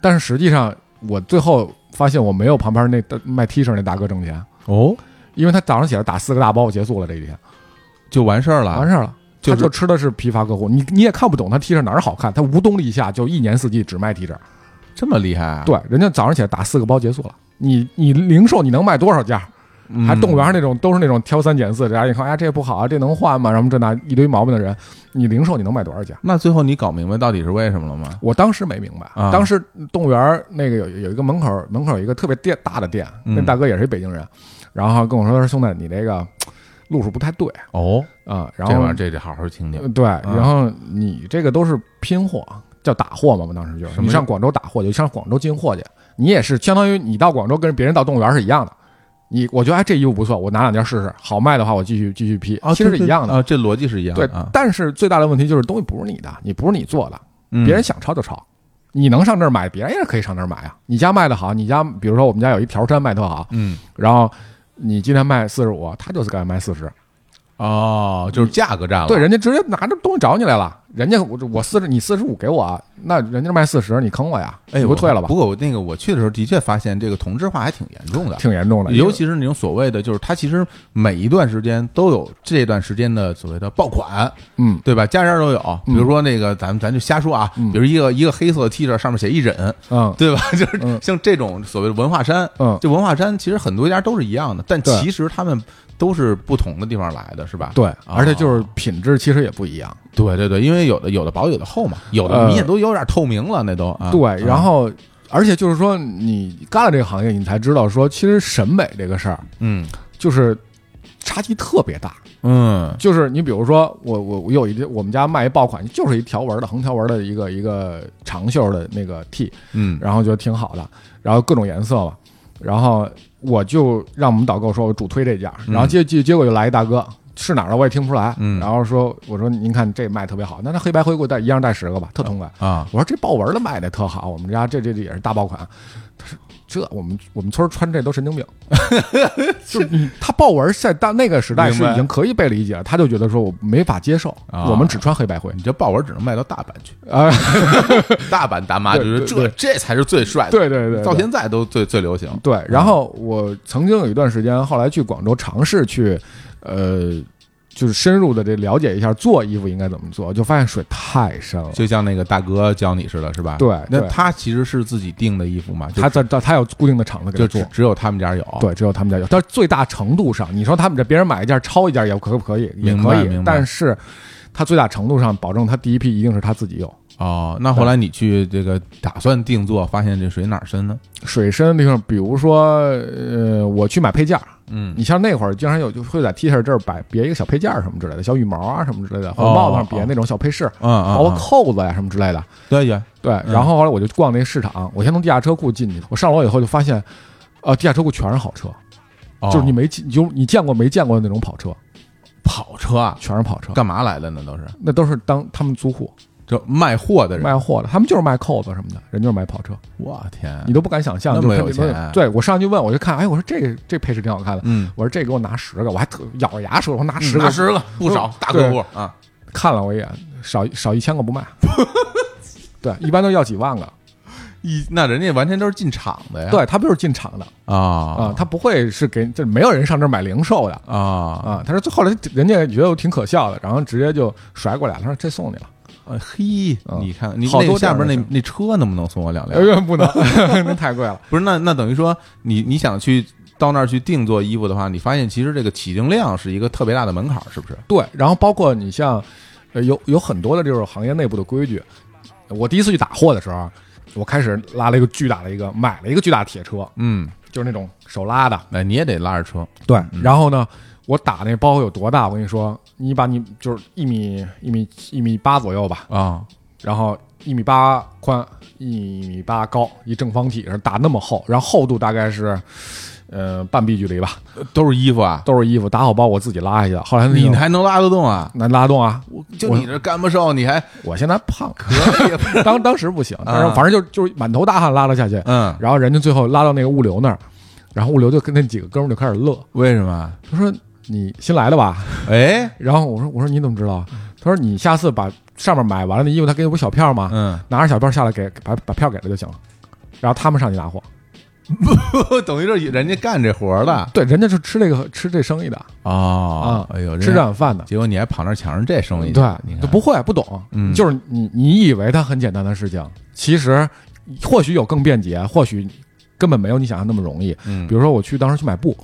D: 但是实际上我最后发现我没有旁边那大卖 T 恤那大哥挣钱，
B: 哦，
D: 因为他早上起来打四个大包就结束了这一天，
B: 就完事儿了，
D: 完事儿了。
B: 啊就
D: 他
B: 是
D: 就吃的是批发客户，你你也看不懂他 T 恤哪儿好看，他无冬立夏就一年四季只卖 T 恤。
B: 这么厉害啊？
D: 对，人家早上起来打四个包结束了，你你零售你能卖多少件儿？
B: 嗯，
D: 还动物园那种都是那种挑三拣四，然后一看哎这不好啊，这能换吗？然后这那一堆毛病的人，你零售你能卖多少件儿？
B: 那最后你搞明白到底是为什么了吗？
D: 我当时没明白，
B: 啊
D: 当时动物园儿那个有有一个门口儿门口儿有一个特别店大的店，那
B: 嗯
D: 大哥也是一北京人，然后跟我说他说兄弟你这个路数不太对
B: 哦，
D: 啊、然
B: 这玩意
D: 后
B: 儿这得好好听听
D: 呃。对，然后你这个都是拼货，啊叫打货嘛，我当时就
B: 什
D: 是
B: 么
D: 你上广州打货，就上广州进货去，你也是相当于你到广州跟别人到动物园是一样的。你我觉得哎这衣服不错，我拿两件试试，好卖的话我继续继续批，
B: 啊，
D: 其实
B: 对
D: 是一
B: 对
D: 样的。
B: 啊，这逻辑是一样
D: 对
B: 的啊，。
D: 但是最大的问题就是东西不是你的，你不是你做的，
B: 嗯
D: 别人想抄就抄。你能上这儿买，别人也可以上这儿买啊。你家卖的好，你家比如说我们家有一条衫卖特好，
B: 嗯
D: 然后你今天卖四十五，他就是该卖四十，
B: 哦，就是价格战了。
D: 对，人家直接拿着东西找你来了。人家我我四十，你四十五给我，啊那人家卖四十，你坑我呀？
B: 哎，
D: 你
B: 我
D: 不退了吧
B: 不？过我那个我去的时候，的确发现这个同质化还挺严重的，
D: 挺严重的，
B: 尤其是那种所谓的，就是它其实每一段时间都有这段时间的所谓的爆款，
D: 嗯，
B: 对吧？家家都有，比如说那个咱们咱就瞎说啊，比如一个一个黑色的 T 恤上面写一忍，
D: 嗯
B: 对吧？ 就是像这种所谓的文化衫，
D: 嗯
B: 这文化衫其实很多家都是一样的，但
D: 对
B: 其实他们都是不同的地方来的，是吧？
D: 对，
B: 哦
D: 而且就是品质其实也不一样。
B: 对对对，因为有的有的薄有的厚嘛，有的
D: 呃
B: 明显都有点透明了，那都啊
D: 对，
B: 啊
D: 然后而且就是说，你干了这个行业，你才知道说，其实审美这个事儿
B: 嗯
D: 就是差距特别大。
B: 嗯
D: 就是你比如说，我我我有一个我们家卖一爆款，就是一条纹的横条纹的一个一个长袖的那个 T，
B: 嗯
D: 然后觉得挺好的，然后各种颜色嘛，然后我就让我们导购说我主推这件儿，然后结结结果就来一大哥。是哪儿的我也听不出来，
B: 嗯
D: 然后说我说您看这卖特别好，那那黑白灰给我带一样带十个吧，特痛快。
B: 啊
D: 我说这豹纹的卖的特好，我们家这这这也是大爆款。他说这我们我们村儿穿这都神 经病，就是你他豹纹在到那个时代是
B: 明白
D: 已经可以被理解了，他就觉得说我没法接受，
B: 啊
D: 我们只穿黑白灰
B: 你这豹纹只能卖到大阪去，
D: 啊、
B: 大阪大妈就
D: 对
B: 是
D: 对
B: 这这才是最帅的，
D: 对对对对
B: 到现在都最最流行。
D: 对，然后我曾经有一段时间，后来去广州尝试去，呃，就是深入的这了解一下做衣服应该怎么做，就发现水太深了。
B: 就像那个大哥教你似的，是吧？
D: 对
B: 那
D: 对
B: 他其实是自己订的衣服嘛，就
D: 他在他有固定的厂子给
B: 就
D: 他做
B: 只，只有他们家有。，
D: 对，只有他们家有。但是最大程度上，你说他们这别人买一件抄一件也可不可以？也
B: 明
D: 可
B: 白
D: 以
B: 明白，
D: 但是他最大程度上保证他第一批一定是他自己有。
B: 哦，那后来你去这个打算定做，发现这水哪儿深呢？
D: 水深的地方，比如说，呃，我去买配件儿，
B: 嗯
D: 你像那会儿经常有就会在 T 恤这儿摆别一个小配件儿什么之类的，小羽毛啊什么之类的，或者
B: 哦
D: 帽子上
B: 哦
D: 别那种小配饰，
B: 嗯嗯，
D: 包括
B: 嗯
D: 扣子呀什么之类的。
B: 对呀，
D: 对，
B: 嗯
D: 然后后来我就逛那市场，我先从地下车库进去，我上楼以后就发现，呃，地下车库全是好车，
B: 哦
D: 就是你没见，你就你见过没见过的那种跑车，
B: 跑车啊，
D: 全是跑车，
B: 干嘛来的呢？都是
D: 那都是当他们租户，
B: 就卖货的人，
D: 卖货的，他们就是卖扣子什么的，人就是卖跑车，
B: 我天，
D: 你都不敢想象，
B: 嗯那
D: 就
B: 么
D: 看
B: 有
D: 这东西
B: 钱
D: 对我上去问，我就看，哎，我说这个这配置挺好看的，
B: 嗯，
D: 我说这给我拿十个，我还特咬着牙说，我说拿十个，
B: 拿嗯十个不少，大客户啊，
D: 看了我一眼，少少一千个 不卖，对，一般都要几万
B: 哎
D: 个，
B: 一那人家完全都是进厂的呀，
D: 对他们就是进厂的
B: 啊
D: 啊
B: 啊，
D: 他不会是给这没有人上这儿买零售的
B: 啊
D: 啊，他说后来人家觉得我挺可笑的，然后直接就甩过来了，他说这送你了。
B: 哎嘿，你看你
D: 啊好多
B: 那下边
D: 这
B: 那
D: 样的
B: 那车能不能送我两
D: 哎
B: 辆？
D: 呦，不能， 那太贵了。
B: 不是，那那等于说你你想去到那儿去定做衣服的话，你发现其实这个起订量是一个特别大的门槛儿，是不是？
D: 对，然后包括你像，呃，有有很多的这种行业内部的规矩。我第一次去打货的时候，我开始拉了一个巨大的一个，买了一个巨大的铁车，
B: 嗯，
D: 就是那种手拉的。
B: 哎，你也得拉着车，
D: 对，嗯然后呢，我打那包有多大？我跟你说，你把你就是一米一米一米八左右吧，
B: 啊
D: 然后一米八宽，一米八高，一正方体，然后打那么厚，然后厚度大概是，呃，半臂距离吧，
B: 都是衣服啊，
D: 都是衣服，打好包我自己拉一下。后来那个
B: 你还能拉得动啊？
D: 那拉动啊，
B: 我就你这干不瘦，你还
D: 我现在胖，
B: 可以？
D: 当当时不行，但是反正就就是满头大汗拉了下去，
B: 嗯，
D: 然后人家最后拉到那个物流那儿，然后物流就跟那几个哥们儿就开始乐，
B: 为什么？
D: 他说你新来的吧？
B: 哎，
D: 然后我说我说你怎么知道？他说你下次把上面买完了的衣服，他给你不小票吗？
B: 嗯，
D: 拿着小票下来给把把票给了就行了。然后他们上去拿货，
B: 等于说人家干这活儿的
D: 对，人家是吃这个吃这生意的，
B: 哦
D: 啊
B: 哎呦，人家
D: 吃这碗饭的，
B: 结果你还跑那儿抢着这生意去，你
D: 对，
B: 看
D: 就不会不懂，
B: 嗯
D: 就是你你以为它很简单的事情，其实或许有更便捷，或许根本没有你想象那么容易。
B: 嗯
D: 比如说我去当时去买布，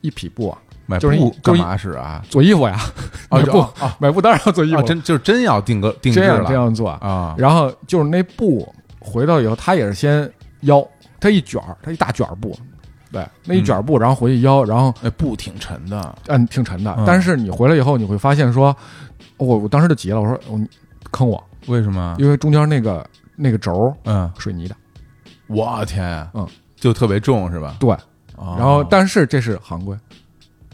D: 一匹布啊
B: 买
D: 就是
B: 布
D: 一就
B: 干
D: 是一
B: 嘛使 啊？
D: 做衣服呀，
B: 哦
D: 买
B: 就
D: 布、
B: 哦 哦
D: 买布当然要做衣服
B: 哦，
D: 了，
B: 真就是真要定格定制
D: 这样这
B: 了
D: 样做，
B: 啊
D: 然后就是那布回到以后，它也是先腰，它一卷儿，它一大卷儿布，对，那
B: 嗯
D: 一卷儿布，然后回去腰，然后
B: 那哎布挺沉的，
D: 嗯挺沉的
B: 嗯，
D: 但是你回来以后，你会发现说，我我当时就急了，我说我坑我，
B: 为什么？
D: 因为中间那个那个轴儿
B: 嗯，
D: 水泥的，
B: 我天，啊
D: 嗯，
B: 就特别重是吧？
D: 对，
B: 哦
D: 然后但是这是行规，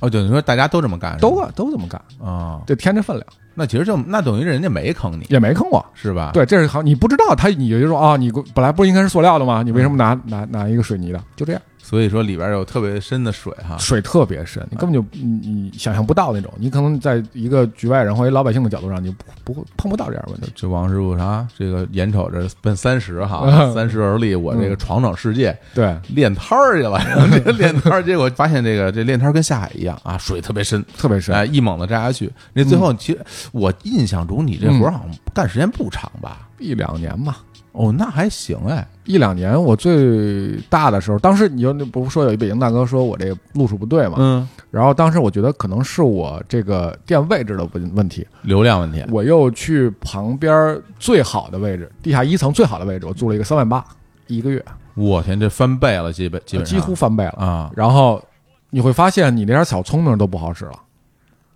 B: 哦，等于说大家都这么干是吧，
D: 都啊都这么干，
B: 啊，
D: 这添这分量
B: 那其实就那等于人家没坑你
D: 也没坑我。
B: 是吧？，
D: 对，这是行，你不知道他，你就说啊，你本来不应该是塑料的吗？你为什么拿拿拿一个水泥的？就这样。
B: 所以说里边有特别深的水哈，
D: 水特别深，你根本就你你想象不到那种，你可能在一个局外人或者老百姓的角度上，你不不会碰不到这样的问题。
B: 这王师傅啥？这个眼瞅着奔三十哈，
D: 嗯
B: 三十而立，我这个闯闯世界，
D: 对，
B: 练摊儿去 了。然后这个练摊儿，结果发现这个这练摊儿跟下海一样啊，水特别深，
D: 特别深。
B: 哎，一猛子扎下去。那最后，其实我印象中你这活儿
D: 嗯
B: 好像干时间不长吧？
D: 一两年嘛，
B: 哦，那还行哎，
D: 一两年我最大的时候，当时你就那不是说有一北京大哥说我这个路数不对嘛，
B: 嗯，
D: 然后当时我觉得可能是我这个店位置的问问题，
B: 流量问题
D: 我又去旁边最好的位置，地下一层最好的位置，我租了一个三万八，一个月，
B: 我天，这翻倍了，基本基本上
D: 几乎翻倍了。
B: 啊，
D: 然后你会发现你那点小聪明都不好使了，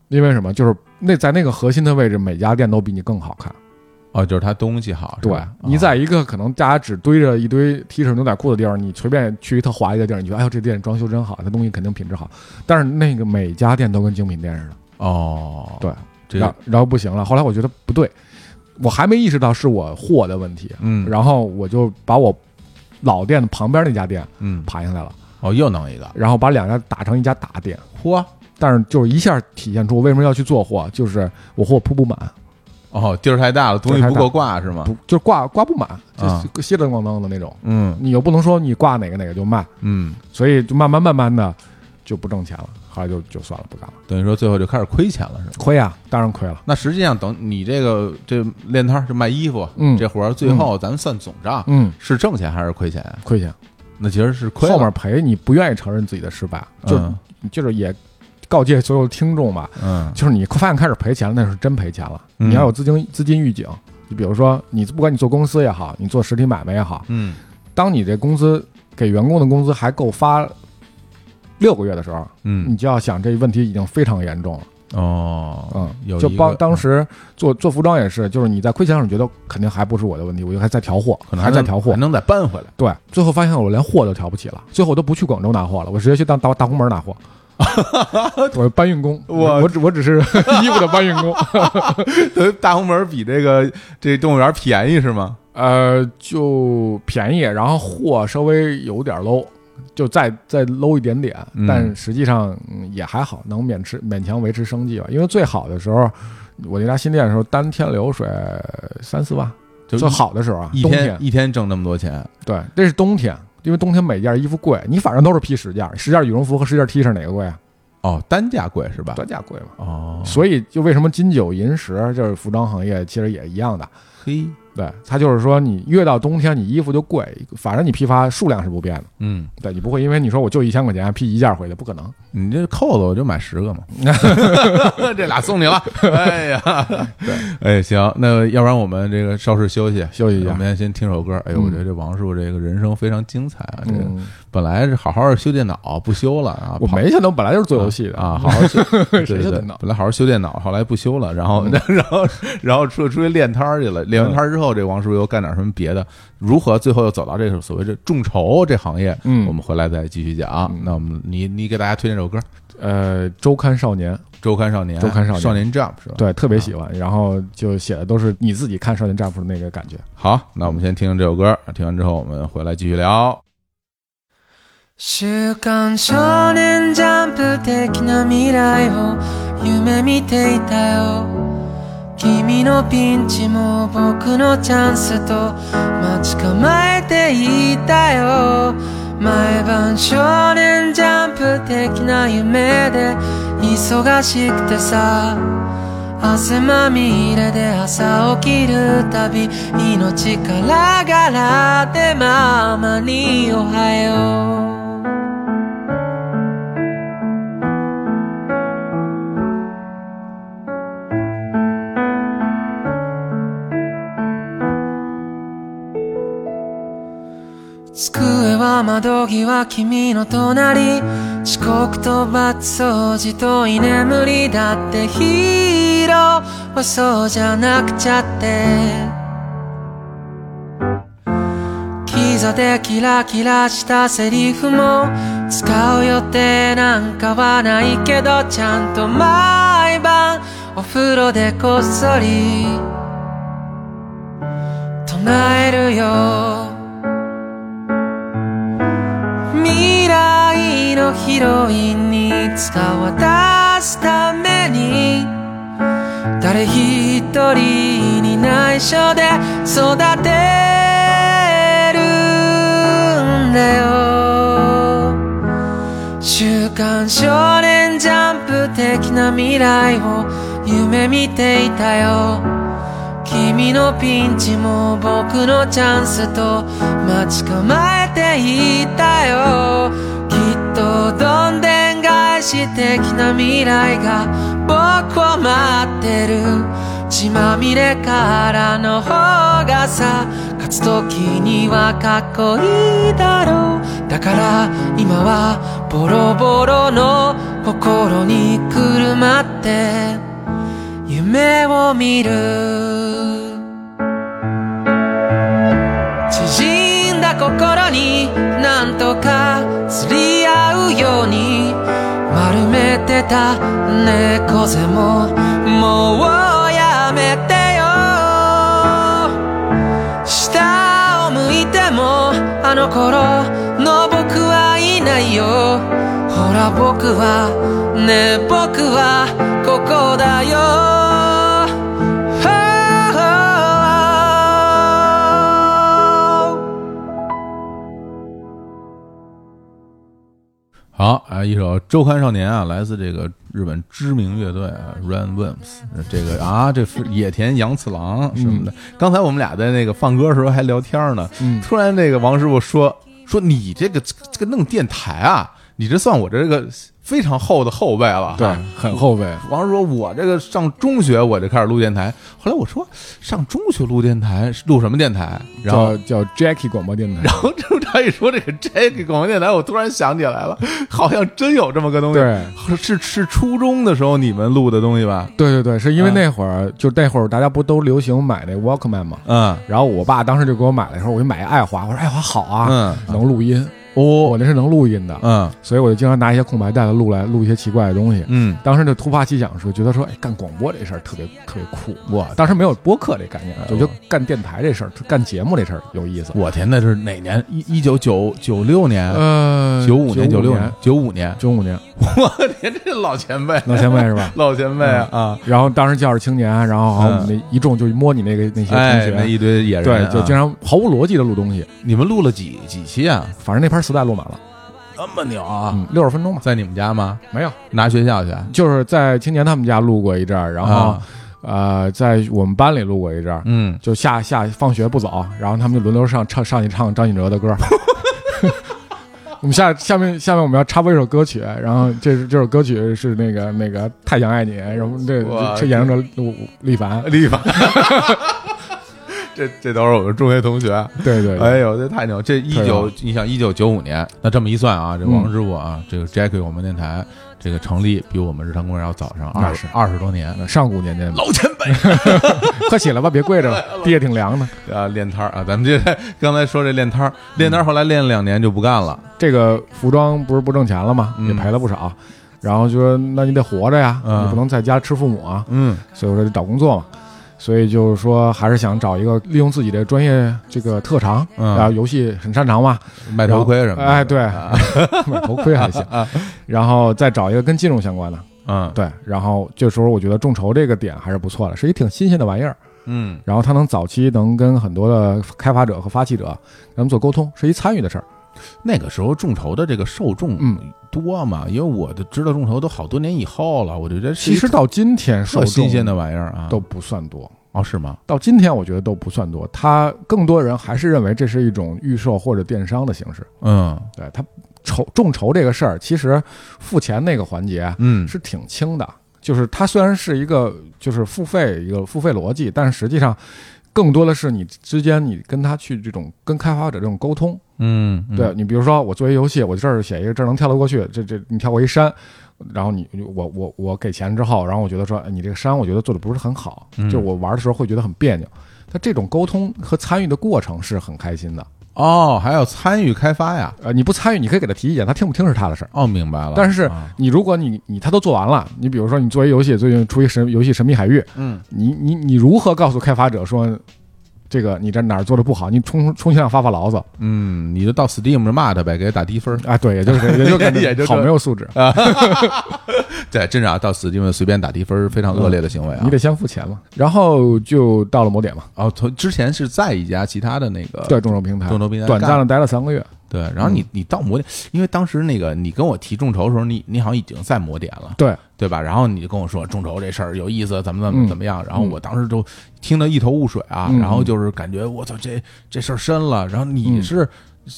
D: 因为什么？就是那在那个核心的位置，每家店都比你更好看。
B: 哦，就是它东西好，是
D: 对
B: 吧，啊
D: 你在一个可能大家只堆着一堆 T 恤、牛仔裤的地儿，你随便去一特华丽的地儿，你觉得哎呦这店装修真好，它东西肯定品质好。但是那个每家店都跟精品店似的，
B: 哦，
D: 对，
B: 这
D: 然后然后不行了。后来我觉得不对，我还没意识到是我货的问题，
B: 嗯
D: 然后我就把我老店的旁边那家店
B: 嗯，
D: 爬下来了，
B: 哦，又弄一个，
D: 然后把两家打成一家大店。
B: 嚯，
D: 但是就是一下体现出我为什么要去做货，就是我货铺不满，
B: 哦，地儿太大了，东西
D: 地儿太
B: 不
D: 大
B: 够挂是吗？
D: 不就是挂挂不满，
B: 啊
D: 就是稀里咣当的那种。
B: 嗯
D: 你又不能说你挂哪个哪个就卖，
B: 嗯，
D: 所以就慢慢慢慢的就不挣钱了，后来就就算了，不干了，
B: 等于说最后就开始亏钱了，是吗？
D: 亏啊，当然亏了。
B: 那实际上，等你这个这练摊儿是卖衣服，
D: 嗯
B: 这活儿最后咱们算总账，
D: 嗯，
B: 是挣钱还是亏钱啊？
D: 亏钱，
B: 那其实是亏了
D: 后面赔你不愿意承认自己的失败，就、
B: 嗯
D: 就是也告诫所有听众吧，
B: 嗯
D: 就是你发现开始赔钱了，那是真赔钱了，
B: 嗯
D: 你要有资金资金预警。你比如说，你不管你做公司也好，你做实体买卖也好，
B: 嗯
D: 当你这工资给员工的工资还够发六个月的时候，
B: 嗯
D: 你就要想这问题已经非常严重了。
B: 哦
D: 嗯，，
B: 有
D: 就
B: 一个
D: 帮当时做做服装也是，就是你在亏钱的时候觉得肯定还不是我的问题，我就还在调货，
B: 可能
D: 还
B: 能
D: 在调货
B: 还。能再搬回来
D: 对，最后发现我连货都调不起了，最后我都不去广州拿货了，我直接去当大大红门拿货。我是搬运工，
B: 我
D: 我只我只是 衣服的搬运工。
B: 大红门比这个这动物园便宜是吗？
D: 呃，就便宜，然后货稍微有点 low，就再再 low 一点点
B: 嗯，
D: 但实际上、嗯也还好，能免吃勉强维持生计吧。因为最好的时候，我那家新店的时候，单天流水三四万，
B: 就
D: 最好的时候啊，
B: 一
D: 冬
B: 天
D: 天
B: 一天挣那么多钱，
D: 对，这是冬天，因为冬天每件衣服贵，你反正都是批十件，十件羽绒服和十件 T 恤哪个贵啊？
B: 哦，单价贵是吧？
D: 单价贵嘛。
B: 哦，
D: 所以就为什么金九银十，就是服装行业其实也一样的，
B: 嘿，
D: 对，它就是说你越到冬天，你衣服就贵，反正你批发数量是不变的。
B: 嗯，
D: 对你不会因为你说我就一千块钱批一件回去，不可能。
B: 你这扣子我就买十 个嘛，这俩送你了。哎呀，哎行，那要不然我们这个稍事休息
D: 休息一下
B: 我们先听首歌。哎呦，
D: 嗯
B: 我觉得这王叔这个人生非常精彩啊！这个
D: 嗯，
B: 本来是好好修电脑，不修了啊，
D: 我
B: 跑
D: 没想到本来就是做游戏的
B: 啊， 好好修，对
D: 谁
B: 对对
D: 修电脑，嗯
B: 本来好好修电脑，后来不修了，然后 然后然后出出去练摊儿去了，练完摊儿之后，这王叔又干点什么别的？如何最后又走到这个所谓这众筹这行业？
D: 嗯
B: 我们回来再继续讲。啊那我们你你给大家推荐首歌《
D: 呃，周刊少年，
B: 周刊少年》，
D: 周刊少年
B: 少年 Jump 是吧？，
D: 对，特别喜
B: 啊
D: 欢，然后就写的都是你自己看少年战俘的那个感觉。
B: 好，那我们先听听这首歌，听完之后我们回来继续聊。
C: 週刊少年ジャンプ的な未来を夢見ていたよ君のピンチも僕のチャンスと待ち構えていたよ毎晩少年ジャンプ的な夢で忙しくてさ汗まみれで朝起きるたび命からがらでママにおはよう机は窓際君の隣遅刻と罰掃除と居眠りだってヒーローはそうじゃなくちゃってキザでキラキラしたセリフも使う予定なんかはないけどちゃんと毎晩お風呂でこっそり唱えるよ未来のヒロインにいつか渡すために誰一人に内緒で育てるんだよ週刊少年ジャンプ的な未来を夢見ていたよ君のピンチも僕のチャンスと待ち構えていたよきっとどんでん返し的な未来が僕を待ってる血まみれからの方がさ勝つ時にはかっこいいだろうだから今はボロボロの心にくるまって夢を見る縮んだ心になんとか釣り合うように丸めてた猫背ももうやめてよ下を向いてもあの頃の僕はいないよほら僕はねえ僕はここだよ Oh
B: 好啊，一首《周刊少年》啊，来自这个日本知名乐队啊，Run Wimps，这个啊，这是野田洋次郎什么的。刚才我们俩在那个放歌的时候还聊天呢，
D: 嗯
B: 突然那个王师傅说说你这个这个弄电台啊，你这算我这个非常厚的后辈了。
D: 对，啊很后辈。
B: 王师傅说：“我这个上中学我就开始录电台，后来我说上中学录电台是录什么电台？然后
D: 叫叫 Jackie 广播电 台
B: 然，后就他一说这个这个广播电台，我突然想起来了，好像真有这么个东西。
D: 对
B: 是是初中的时候你们录的东西吧？
D: 对对对，是因为
B: 嗯
D: 那会儿就那会儿大家不都流行买那 Walkman 嘛，
B: 嗯
D: 然后我爸当时就给我买了，时候我就买一爱华，我说爱华好啊，
B: 嗯
D: 能录音，
B: 哦，
D: 我那是能录音的，
B: 嗯
D: 所以我就经常拿一些空白带子录来录一些奇怪的东西。
B: 嗯，
D: 当时就突发奇想说，觉得说，哎，干广播这事儿特别特别酷。
B: 我
D: 当时没有播客这概念，
B: 呦
D: 就觉得干电台这事儿、干节目这事儿有意思。
B: 我天，那是哪年？一一九九九六年，
D: 呃
B: 九五年、
D: 九。
B: 九六年、九五年
D: 九五年，
B: 我天，这老前辈，
D: 老前辈是吧？
B: 老前辈啊！
D: 然后当时教育青年，然后好像
B: 嗯
D: 我们那一众就摸你那个那些
B: 哎，
D: 同
B: 那
D: 学，
B: 一堆野人，
D: 对，就
B: 啊
D: 经常毫无逻辑的录东西。
B: 你们录了几几期啊？
D: 反正那盘磁带录满了，
B: 那么牛啊！
D: 嗯，六十分钟吧，
B: 在你们家吗？
D: 没有，
B: 拿学校去？
D: 就是在青年他们家录过一阵儿，然后
B: 啊
D: 呃，在我们班里录过一阵儿，
B: 嗯，
D: 就下下放学不早，然后他们就轮流上唱上去唱张信哲 的歌。我们下下面下面我们要插播一首歌曲，然后这是这首歌曲是那个那个太想爱你，然后这
B: 哇
D: 这演唱者陆力凡，
B: 立法。这这都是我们中学同学，
D: 对对，对
B: 哎呦，这太牛！这一
D: 太
B: 九
D: 牛，
B: 你想一九九五年，那这么一算啊，这王师傅啊，这个 Jackie 我们电台这个成立比我们日常公园要早上
D: 那
B: 二十
D: 是
B: 二十多年，
D: 上古年间吧，
B: 老前辈
D: 快起来吧，别跪着
B: 哎
D: 了，地也挺凉的。
B: 啊，练摊儿啊，咱们这 刚才说这练摊儿，练摊儿后来练了两年就不干了，
D: 这个服装不是不挣钱了吗？
B: 嗯
D: 也赔了不少，然后就说那你得活着呀，
B: 嗯
D: 你不能在家吃父母啊，
B: 嗯
D: 所以我说就找工作嘛。所以就是说，还是想找一个利用自己的专业这个特长，
B: 嗯
D: 然后游戏很擅 长嘛，
B: 卖头盔什么的，啊
D: 哎，对，买头盔还行，然后再找一个跟金融相关的，
B: 嗯
D: 对，然后这时候我觉得众筹这个点还是不错的，是一挺新鲜的玩意儿，
B: 嗯
D: 然后它能早期能跟很多的开发者和发起者咱们做沟通，是一参与的事儿，
B: 那个时候众筹的这个受众
D: 嗯，
B: 多嘛，因为我的知道众筹都好多年以后了，我就觉得是
D: 其
B: 一
D: 实到今天受
B: 特新鲜
D: 众
B: 的玩意儿啊，
D: 都不算多，
B: 哦是吗？
D: 到今天我觉得都不算多，它更多人还是认为这是一种预售或者电商的形式。
B: 嗯
D: 对他筹众筹这个事儿，其实付钱那个环节
B: 嗯
D: 是挺轻的，就是它虽然是一个就是付费一个付费逻辑，但是实际上更多的是你之间你跟他去这种跟开发者这种沟通。
B: 嗯，嗯
D: 对你比如说我做一游戏，我这儿写一个这儿能跳得过去，这这你跳过一山。然后你我我我给钱之后，然后我觉得说，哎你这个山我觉得做的不是很好，
B: 嗯
D: 就是我玩的时候会觉得很别扭。他这种沟通和参与的过程是很开心的，
B: 哦，还要参与开发呀。
D: 呃，你不参与，你可以给他提意见，他听不听是他的事儿。
B: 哦，明白了。
D: 但是
B: 啊
D: 你如果你你他都做完了，你比如说你做一游戏，最近出一神游戏《神秘海域》，
B: 嗯，
D: 你你你如何告诉开发者说，这个你这哪儿做的不好？你充充其量发发牢骚
B: 嗯，你就到 Steam 上骂他呗，给他打低分儿。
D: 啊？对，也就是也就 感
B: 也就
D: 觉
B: 这
D: 好没有素质，
B: 对，真是啊，到 Steam 上随便打低分儿，非常恶劣的行为啊。
D: 你得先付钱嘛。然后就到了某点嘛，
B: 哦，从之前是在一家其他的那个
D: 对众筹平台，
B: 呃众筹平台
D: 短
B: 干
D: 暂的待了三个月，
B: 对，然后你你到魔点，因为当时那个你跟我提众筹的时候，你你好像已经在魔点了，
D: 对，
B: 对吧？然后你就跟我说众筹这事儿有意思，怎么怎么
D: 嗯
B: 怎么样，然后我当时就听得一头雾水啊，
D: 嗯
B: 然后就是感觉我操这这事儿深了，然后你是。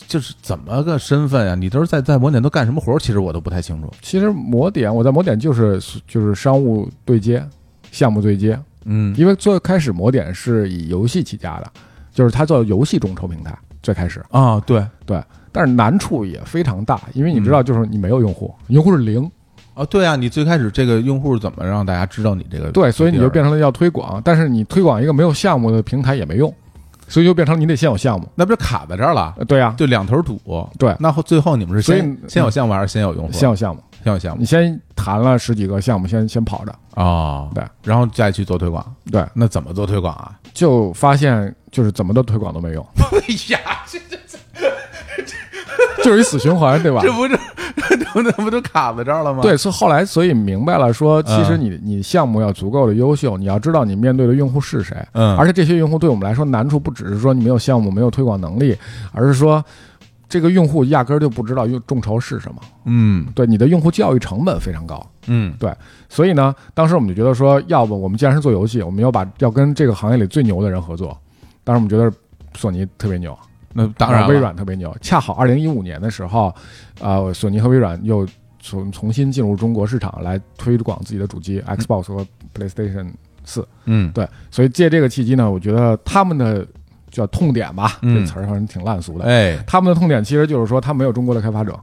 B: 就是怎么个身份啊？你都是在在魔点都干什么活儿？其实我都不太清楚。
D: 其实某点我在某点就是就是商务对接、项目对接，
B: 嗯
D: 因为最开始某点是以游戏起家的，就是它做游戏众筹平台最开始。
B: 啊，对
D: 但是难处也非常大，因为你
B: 嗯
D: 知道，就是你没有用户，用户是零，
B: 啊，对啊，你最开始这个用户怎么让大家知道你这个？啊
D: 对，所以你就变
B: 成
D: 成了要推广，但是你推广一个没有项目的平台也没用，所以就变成你得先有项目，
B: 那不是卡在这儿了？
D: 呃对啊，
B: 就两头堵。
D: 对
B: 那后最后你们是
D: 所以
B: 先先有项目还是先有用户？
D: 先有项目，
B: 先有项目
D: 你先谈了十几个项目，先先跑着，
B: 哦，
D: 对，
B: 然后再去做推广。
D: 对，
B: 那怎么做推广啊？
D: 就发现就是怎么的推广都没用，
B: 哎呀，这这
D: 就是一死循环，对吧？
B: 这不是这不这不就卡在这儿了吗？
D: 对，所以后来所以明白了，说其实
B: 嗯
D: 你你项目要足够的优秀，你要知道你面对的用户是谁，
B: 嗯
D: 而且这些用户对我们来说难处不只是说你没有项目、没有推广能力，而是说这个用户压根儿就不知道用众筹是什么。
B: 嗯
D: 对，你的用户教育成本非常高。
B: 嗯
D: 所以呢，当时我们就觉得说，要不我们既然是做游戏，我们要把要跟这个行业里最牛的人合作。当时我们觉得索尼特别牛，
B: 那当然了
D: 微软特别牛。恰好二零一五年的时候，呃，索尼和微软又重重新进入中国市场来推广自己的主机 Xbox 和 PlayStation 四。
B: 嗯
D: 对，所以借这个契机呢，我觉得他们的叫痛点吧，
B: 嗯
D: 这词儿好像挺烂俗的。
B: 哎
D: 他们的痛点其实就是说，他没有中国的开发者，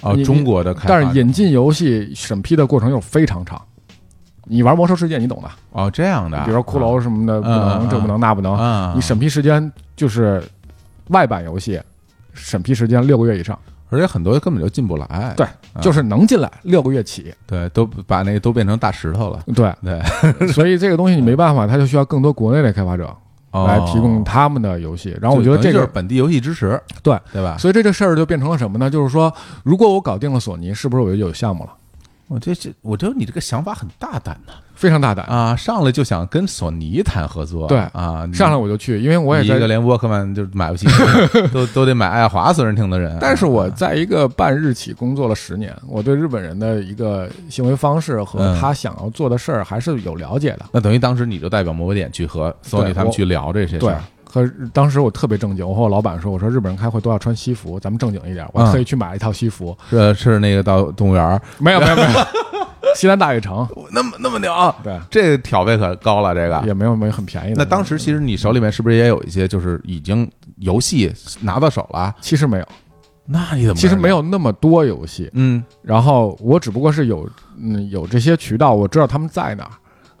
B: 哦，
D: 你
B: 中国的开发
D: 但是引进游戏审批的过程又非常长。你玩《魔兽世界》，你懂的，
B: 哦这样的啊，
D: 比如说骷髅什啊么的，
B: 嗯
D: 不能
B: 嗯
D: 这不能那不能，
B: 啊，
D: 你审批时间就是外版游戏审批时间六个月以上，
B: 而且很多根本就进不来，
D: 对，就是能进来六个月起，
B: 对，都把那都变成大石头了，
D: 对，
B: 对，
D: 所以这个东西你没办法，它就需要更多国内的开发者
B: 哦
D: 来提供他们的游戏。然后我觉得
B: 就等于就是啊
D: 这个
B: 本地游戏支持，
D: 对，
B: 对吧？
D: 所以这个事儿就变成了什么呢？就是说，如果我搞定了索尼，是不是我就有项目了？
B: 我这这，我觉得你这个想法很大胆呐
D: 非常大胆，
B: 啊！上来就想跟索尼谈合作，
D: 对
B: 啊，
D: 上
B: 来
D: 来我就去，因为我也
B: 一个
D: 在。
B: 连沃克曼就买 不起，都都得买爱华随身听的人。啊
D: 但是我在一个半日企工作了十年，我对日本人的一个行为方式和
B: 嗯
D: 他想要做的事儿还是有了解的。
B: 那等于当时你就代表魔鬼点去和索尼
D: 对
B: 他们
D: 我
B: 去聊这些事
D: 对
B: 儿，，
D: 和当时我特别正经，我和我老板说，我说日本人开会都要穿西服，咱们正经一点。我
B: 嗯
D: 特意去买了一套西服，
B: 是是那个到动物园儿，
D: 没有没有没有，西南大 悦城，
B: 那么那么牛啊！
D: 对，
B: 这个挑费可高了，这个。
D: 也没有没有很便宜的。
B: 那当时其实你手里面是不是也有一些就是已经游戏拿到手了？
D: 其实没有，
B: 那你怎么
D: 其实没有那么多游戏，
B: 嗯，
D: 然后我只不过是有嗯有这些渠道，我知道他们在哪儿。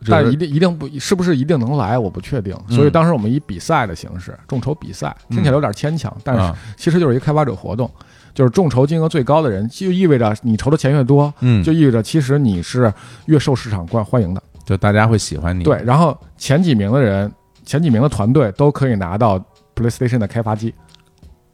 B: 就是
D: 但一定一定不是不是一定能来，我不确定。所以
B: 嗯
D: 当时我们以比赛的形式，众筹比赛听起来有点牵强，但是
B: 啊
D: 其实就是一个开发者活动，就是众筹金额最高的人，就意味着你筹的钱越多，
B: 嗯，
D: 就意味着其实你是越受市场欢欢迎的。
B: 就大家会喜欢你，
D: 对，然后前几名的人，前几名的团队都可以拿到 PlayStation 的开发机。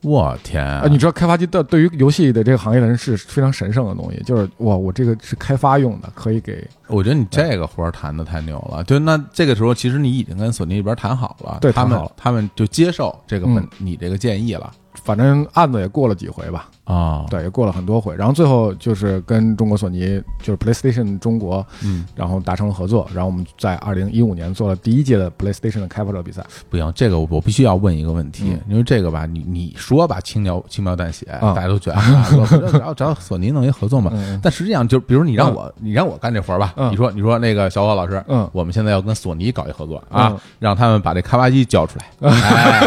B: 我天啊
D: 啊，你知道开发机的对于游戏的这个行业的人是非常神圣的东西，就是哇，我这个是开发用的，可以给
B: 我觉得你这个活儿谈的太牛了。就那这个时候，其实你已经跟索尼那边谈好了，
D: 对
B: 他
D: 谈
B: 们
D: 好了
B: 他们就接受这个本
D: 嗯
B: 你这个建议了
D: 反正案子也过了几回吧，
B: 啊。
D: 对，也过了很多回，然后最后就是跟中国索尼，就是 PlayStation 中国，
B: 嗯，
D: 然后达成了合作，然后我们在二零一五年做了第一届的 PlayStation 的开发者比赛，
B: 不行，这个我我必须要问一个问题，
D: 嗯
B: 因为这个吧，你你说吧，轻描轻描淡写，
D: 啊
B: 大家都觉得啊，我 我只要只要索尼弄一合作嘛。
D: 嗯
B: 但实际上，就比如你让我、你让我干这活儿吧，
D: 嗯
B: 你说你说那个小伙老师，
D: 嗯
B: 我们现在要跟索尼搞一合作啊，
D: 嗯
B: 让他们把这开发机交出来，哎、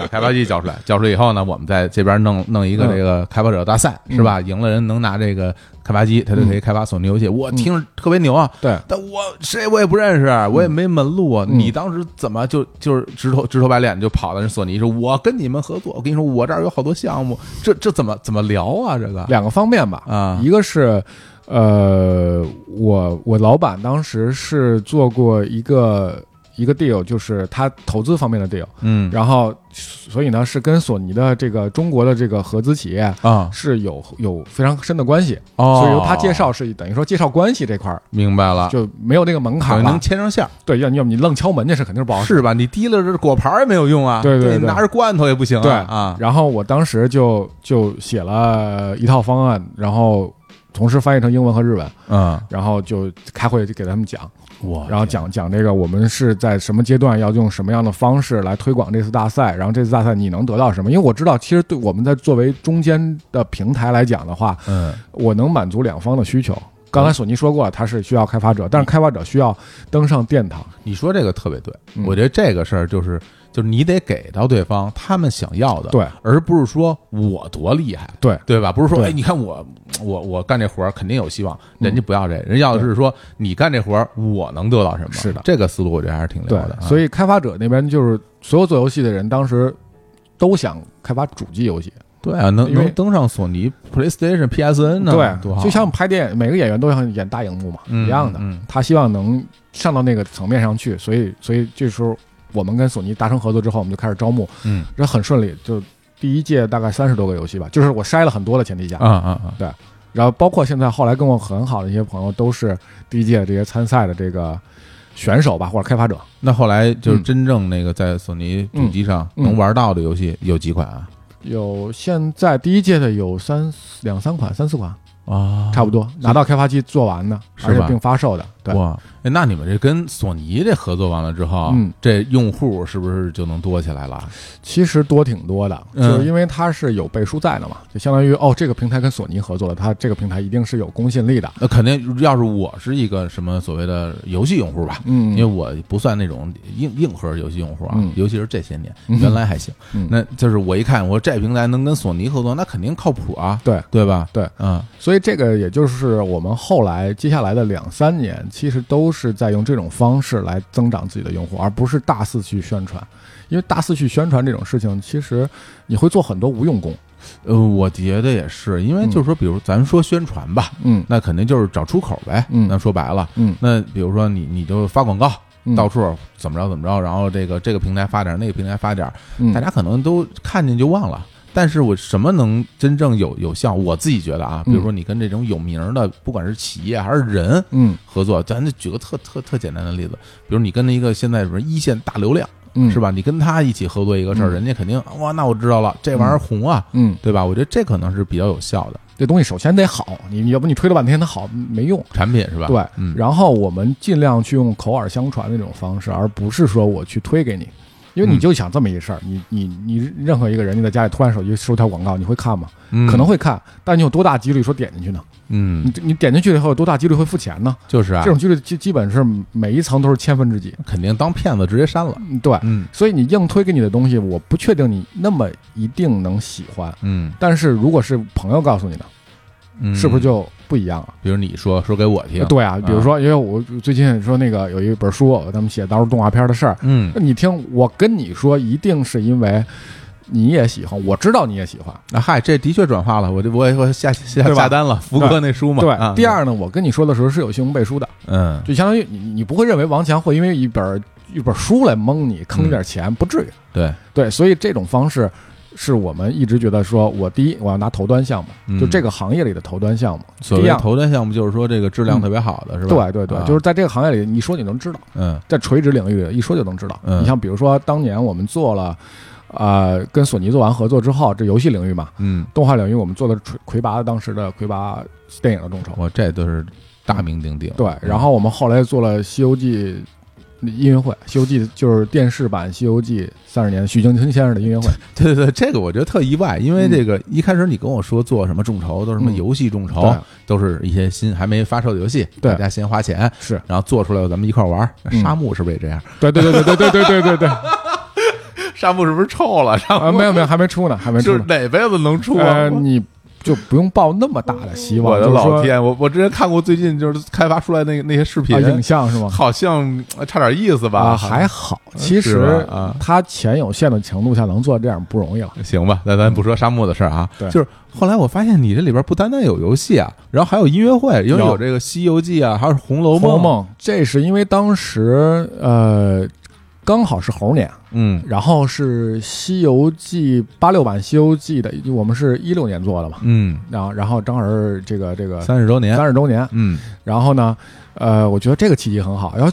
B: 把开发机交出 来，交出来以后呢，我们在这边弄弄一个
D: 嗯
B: 这个开发者大赛、是吧？赢了人能拿这个开发机，他就可以开发索尼游戏。我听着特别牛啊，
D: 嗯对
B: 但我谁我也不认识，我也没门路啊！
D: 嗯
B: 你当时怎么就就是直头直头白脸就跑到人索尼说，我跟你们合作，我跟你说，我这儿有好多项目，这这怎么怎么聊啊？这个
D: 两个方面吧，
B: 啊
D: 一个是，呃，我我老板当时是做过一个一个 deal，就是他投资方面的 deal，
B: 嗯
D: 然后所以呢是跟索尼的这个中国的这个合资企业
B: 啊
D: 是有有非常深的关系，
B: 哦，
D: 所以由他介绍是等于说介绍关系这块儿
B: 明白了，
D: 就没有那个门
B: 可
D: 槛
B: 能
D: 了
B: 能，牵上线儿
D: 对，要要么你愣敲门去是肯定是不好使。
B: 是吧？你提了这果盘儿也没有用啊，
D: 对对
B: 你
D: 对
B: 拿着罐头也不行啊
D: 对
B: 啊，
D: 然后我当时就就写了一套方案，然后同时翻译成英文和日文，
B: 嗯，
D: 然后就开会就给他们讲，
B: 我
D: 然后讲讲这个我们是在什么阶段要用什么样的方式来推广这次大赛，然后这次大赛你能得到什么？因为我知道，其实对我们在作为中间的平台来讲的话，
B: 嗯
D: 我能满足两方的需求。刚才索尼说过，它是需要开发者，但是开发者需要登上殿堂。
B: 你说这个特别对，
D: 嗯
B: 我觉得这个事儿就是就是你得给到对方他们想要的，
D: 对，
B: 而不是说我多厉害，
D: 对
B: 对吧？不是说
D: 对
B: 哎，你看我我我干这活儿肯定有希望，人家不要这，人要的是说你干这活儿我能得到什么，
D: 是的
B: 这个思路我觉得还是挺溜
D: 对
B: 的，，啊
D: 所
B: 以
D: 以开发者那边就是所有做游戏的人，当时都想开发主机游戏。
B: 对啊，能
D: 因为
B: 能登上索尼 PlayStation PSN 呢，多好
D: 就像拍电影，每个演员都想演大荧幕嘛，
B: 嗯
D: 一样的
B: 嗯嗯。
D: 他希望能上到那个层面上去，所以，所以这时候我们跟索尼达成合作之后，我们就开始招募，
B: 嗯
D: 这很顺利，就第一届大概三十多个游戏吧，就是我筛了很多的前提下，
B: 啊啊啊，
D: 然后包括现在后来跟我很好的一些朋友，都是第一届这些参赛的这个选手吧，或者开发者。
B: 那后来就是
D: 嗯
B: 真正那个在索尼主机上
D: 嗯嗯
B: 能玩到的游戏有几款啊？
D: 有现在第一届的有三两三款、三四款，
B: 啊
D: 差不多拿到开发期做完的，
B: 是
D: 而且
B: 吧
D: 并发售的。对，
B: 哇，哎那你们这跟索尼这合作完了之后，
D: 嗯
B: 这用户是不是就能多起来了？
D: 其实多挺多的，
B: 嗯
D: 就是因为它是有背书在的嘛，就相当于哦，这个平台跟索尼合作了，它这个平台一定是有公信力的。
B: 那肯定，要是我是一个什么所谓的游戏用户吧，
D: 嗯
B: 因为我不算那种硬硬核游戏用户啊，
D: 嗯
B: 尤其是这些年，
D: 嗯
B: 原来还行。
D: 嗯
B: 那就是我一看，我说这平台能跟索尼合作，那肯定靠谱啊，
D: 对
B: 对吧？
D: 对，
B: 嗯，
D: 所以这个也就是我们后来接下来的两三年，其实都是在用这种方式来增长自己的用户，而不是大肆去宣传。因为大肆去宣传这种事情，其实你会做很多无用功。
B: 呃，我觉得也是，因为就是说，比如咱说宣传吧，
D: 嗯
B: 那肯定就是找出口呗。
D: 嗯
B: 那说白了，
D: 嗯
B: 那比如说你你就发广告，
D: 嗯
B: 到处怎么着怎么着，然后这个这个平台发点儿，那个平台发点儿，
D: 嗯
B: 大家可能都看见就忘了。但是我什么能真正有有效？我自己觉得啊，比如说你跟这种有名儿的，不管是企业还是人
D: 嗯
B: 合作，咱就举个特特特简单的例子，比如你跟一个现在什么一线大流量
D: 嗯
B: 是？吧？你跟他一起合作一个事儿，人家肯定哇，那我知道了，这玩意儿红啊，
D: 嗯，
B: 对吧？我觉得这可能是比较有效的
D: 这东西首先得好，你要不你吹了半天它好没用。
B: 产品是吧？
D: 对，
B: 嗯，
D: 然后我们尽量去用口耳相传的这种方式，而不是说我去推给你，因为你
B: 嗯
D: 就想这么一事儿，你你你任何一个人，你在家里突然手机收条广告，你会看吗？
B: 嗯
D: 可能会看，但你有多大几率说点进去呢？
B: 嗯
D: 你，你点进去以后有多大几率会付钱呢？
B: 就是啊
D: 这，种几率基基本是每一层都是千分之几。
B: 肯定当骗子直接删了。
D: 嗯对，
B: 嗯
D: 所以你硬推给你的东西，我不确定你那么一定能喜欢。
B: 嗯，
D: 但是如果是朋友告诉你的，
B: 嗯
D: 是不是就不一样了？
B: 比如你说说给我听？，
D: 对啊，比如说，因为我最近说那个有一本书，他们写当时动画片的事儿，
B: 嗯
D: 那你听，我跟你说，一定是因为你也喜欢，我知道你也喜欢。
B: 啊嗨，这的确转化了，我就我也我下下
D: 对吧
B: 下单了，福哥那书嘛。啊
D: 对，第，二呢，我跟你说的时候是有姓名背书的，
B: 嗯
D: 就相当于你你不会认为王强会因为一本一本书来蒙你坑你点钱，不至于。
B: 对，
D: 对，所以这种方式是我们一直觉得说，我第一我要拿头端项目，
B: 嗯
D: 就这个行业里的头端项目。
B: 所
D: 第
B: 谓
D: 二，
B: 头端项目就是说这个质量特别好的是吧？
D: 嗯对对对
B: 啊，
D: 就是在这个行业里，你说你能知道，
B: 嗯
D: 在垂直领域一说就能知道。
B: 嗯
D: 你像比如说当年我们做了，呃，跟索尼做完合作之后，这游戏领域嘛，
B: 嗯，
D: 动画领域我们做的是魁魁拔的当时的魁拔电影的众筹，
B: 我这都是大名鼎鼎。嗯
D: 对，然后我们后来又做了《西游记》音乐会，《西游记》就是电视版《西游记》三十年许镜清先生的音 乐会，
B: 对对对，这个我觉得特意外，因为
D: 嗯
B: 这个一开始你跟我说做什么众筹，都是什么
D: 嗯
B: 游戏众筹，
D: 对
B: 都是一些新还没发售的游戏，
D: 对
B: 大家先花钱，
D: 是
B: 然后做出来咱们一块儿玩儿。
D: 嗯
B: 沙漠是不是也这样？
D: 对对对对对对对 对对，
B: 沙漠是不是臭了？沙
D: 啊，没有没有，还没出呢，还没
B: 就
D: 出
B: 是
D: 呢，
B: 哪辈子能出啊？
D: 呃，你就不用抱那么大的希望，
B: 我的
D: 就是说
B: 老天！我我之前看过最近就是开发出来那那些视频
D: 啊，，影像是吗？
B: 好像呃差点意思吧？
D: 啊，还好，其
B: 是吧
D: 实
B: 啊
D: 他钱有限的程度下能做这样不容易了。
B: 行吧，那咱不说沙漠的事儿啊，
D: 对
B: 就是后来我发现你这里边不单单有游戏啊，然后还有音乐会，因为
D: 有
B: 有这个《西游记》啊，还有《红楼
D: 《红楼
B: 梦》，
D: 梦》这是因为当时呃刚好是猴年，
B: 嗯
D: 然后是《西游记》八六版《西游记》的，我们是一六年做的嘛，
B: 嗯，
D: 然后然后正好是这个这个
B: 三十周年，
D: 三十周年，
B: 嗯
D: 然后呢，呃，我觉得这个契机很好，然后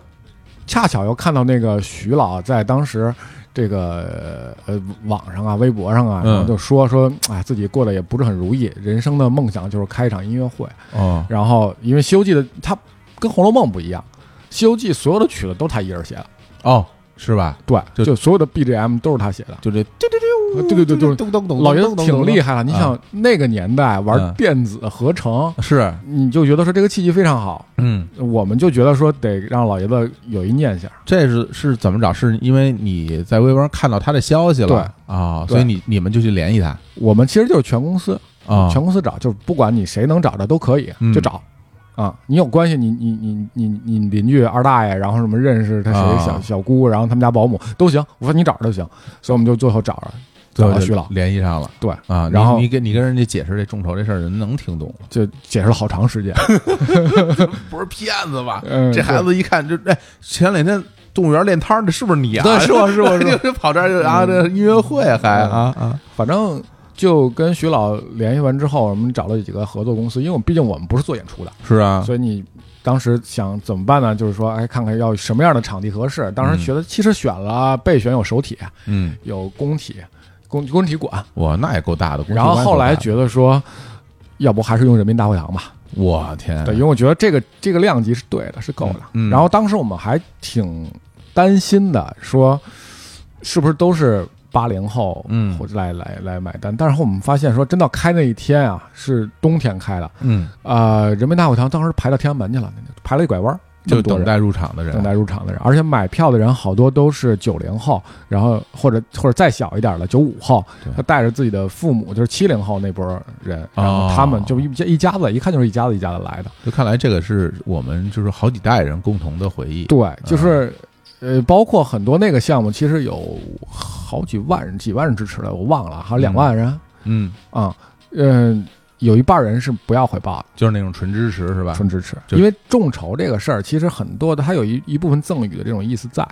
D: 恰巧又看到那个徐老在当时。这个呃，网上啊，微博上啊，
B: 嗯
D: 然后就说说，哎，自己过得也不是很如意，人生的梦想就是开一场音乐会。
B: 哦，
D: 然后，因为《西游记》的它跟《红楼梦》不一样，《西游记》所有的曲子都是他一人写的，
B: 哦，是吧？
D: 对，
B: 就
D: 就所有的 BGM 都是他写的。
B: 就这，
D: 啊对对对，就是
B: 咚咚咚，
D: 老爷子挺厉害了。你
B: 啊
D: 想那个年代
B: 嗯
D: 玩电子合成，
B: 是，
D: 你就觉得说这个契机非常好，
B: 嗯，
D: 我们就觉得说得让老爷子有一念想。
B: 这是是怎么找？是因为你在微博上看到他的消息了，
D: 对
B: 啊，
D: 对
B: 所以你你们就去联系他
D: 我们其实就是全公司，
B: 啊
D: 全，公司找，就是不管你谁能找着都可以
B: 嗯，
D: 就找。啊，你有关系，你你你你你邻居二大爷，然后什么认识他
B: 啊
D: 谁小小姑，然后他们家保姆都行，我说你找着就行，所以我们就最后找着
B: 最
D: 找
B: 后
D: 到
B: 就
D: 徐老，
B: 联系上了，
D: 对
B: 啊，你
D: 然后
B: 你跟你跟人家解释这众筹这事儿，人能听懂吗？
D: 就解释了好长 时间。
B: 不是骗子吧？
D: 嗯
B: 这孩子一看就哎，前两天动物园练摊儿的，是不是你啊？
D: 对是我是 我是嗯我
B: 就跑这儿然后这音乐会还啊啊，
D: 反正就跟徐老联系完之后，我们找了几个合作公司，因为我们毕竟我们不是做演出的，
B: 是啊，
D: 所以你当时想怎么办呢？就是说，哎，看看要什么样的场地合适。当时学的其实选了备选有首体，
B: 嗯，
D: 有工体，工工体馆，
B: 哇，那也够大的。
D: 然后后来觉得说。要不还是用人民大会堂吧，
B: 我天，啊
D: 对，因为我觉得这个这个量级是对的，是够的。
B: 嗯嗯嗯
D: 然后当时我们还挺担心的，说是不是都是八零后，
B: 嗯
D: 或者来来来买单？但是后我们发现说，真到开那一天啊，是冬天开的，
B: 嗯，
D: 呃，人民大会堂当时排到天安门去了，排了一拐弯儿，这
B: 就
D: 么多
B: 等
D: 人
B: 待入场的人，啊
D: 等待入场的人，而且买票的人好多都是九零后，然后或者或者再小一点的九五后
B: 对，
D: 他带着自己的父母，就是七零后那波人，然
B: 哦
D: 后他们就一家一家子，一看就是一家子一家子来的。
B: 就看来这个是我们就是好几代人共同的回忆。
D: 对，就是呃，包括很多那个项目，其实有好几万人、几万人支持的，我忘了，还有两万人，
B: 嗯，
D: 啊，嗯，有一半人是不要回报的，
B: 就是那种纯支持是吧？
D: 纯支持，
B: 就
D: 因为众筹这个事儿，其实很多的它有一一部分赠与的这种意思在，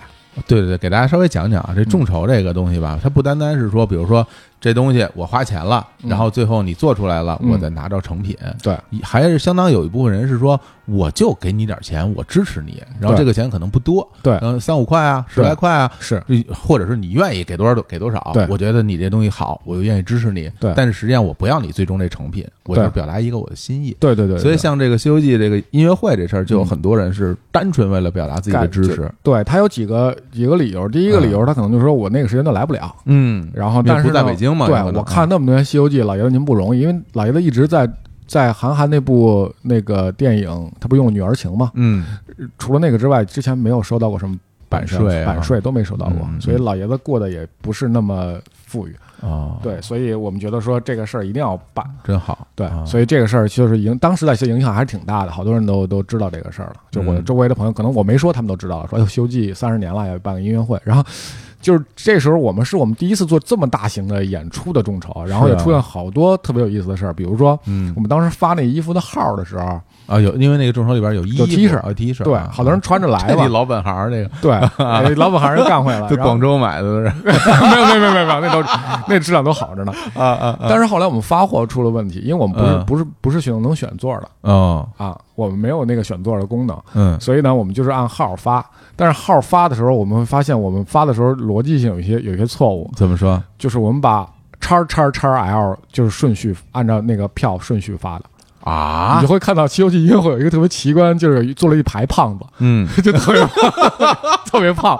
B: 对对对，给大家稍微讲讲啊，这
D: 嗯
B: 众筹这个东西吧，它不单单是说，比如说这东西我花钱了，
D: 嗯
B: 然后最后你做出来了，
D: 嗯
B: 我再拿着成品，
D: 对，
B: 还是相当有一部分人是说，我就给你点钱，我支持你，然后
D: 对
B: 这个钱可能不多，
D: 对
B: 嗯，三五块啊，十
D: 对
B: 来块啊。
D: 是
B: 或者是你愿意给多少给多少
D: 对，
B: 我觉得你这东西好，我就愿意支持你。
D: 对
B: 但是实际上我不要你最终这成品，我就是
D: 对
B: 表达一个我的心意。
D: 对对对，对
B: 所以
D: 对
B: 像这个《西游记》这个音乐会这事儿，就有
D: 嗯
B: 很多人是单纯为了表达自己的
D: 盖
B: 支持。
D: 对他有几个几个理由，第一个理由他可能就说我那个时间段来不了，
B: 嗯，
D: 然后
B: 也
D: 但是
B: 不在
D: 呢
B: 北京嘛
D: 对
B: 有可能嗯
D: 我看那么多年《西游记》，老爷子您不容易，因为老爷子一直在在韩寒那部那个电影，他不是用《女儿情》吗？
B: 嗯，
D: 除了那个之外，之前没有收到过什么
B: 版税啊
D: 版税都没收到过，
B: 嗯嗯
D: 所以老爷子过得也不是那么富裕。
B: 哦，
D: 对，所以我们觉得说这个事儿一定要办。
B: 真好。
D: 对，
B: 啊
D: 所以这个事儿就是影当时的影响还是挺大的，好多人都都知道这个事儿了。就我
B: 嗯
D: 周围的朋友，可能我没说，他们都知道了，说哎呦，《西游记》三十年了，要办个音乐会，然后。就是这时候，我们是我们第一次做这么大型的演出的众筹，然后也出现好多特别有意思的事儿，比如说
B: 啊嗯
D: 我们当时发那衣服的号的时候，
B: 啊，有因为那个众筹里边有衣服
D: 有 T 恤
B: 啊 T 恤，
D: 对，
B: 啊
D: 好多人穿着来
B: 这
D: 吧
B: 你，老本行儿 这个，
D: 对， 哎老本行人干回 来了，
B: 在
D: 然后
B: 广州买的都是
D: 没有没有没有没有没有，那都 那质量都好着呢。
B: 啊啊啊
D: 但是后来我们发货出了问题，因为我们不是、
B: 嗯
D: 不是不是选能选座的
B: 哦
D: 啊，我们没有那个选座的功能，
B: 嗯
D: 所以呢，我们就是按号发。但是号发的时候，我们会发现我们发的时候逻辑性有一些有一些错误，
B: 怎么说
D: 就是我们把叉叉叉 L 就是顺序按照那个票顺序发的，你
B: 啊
D: 就？会看到《西游记》音乐会有一个特别奇观，就是有一做了一排 胖子，
B: 嗯，
D: 就特别特别胖，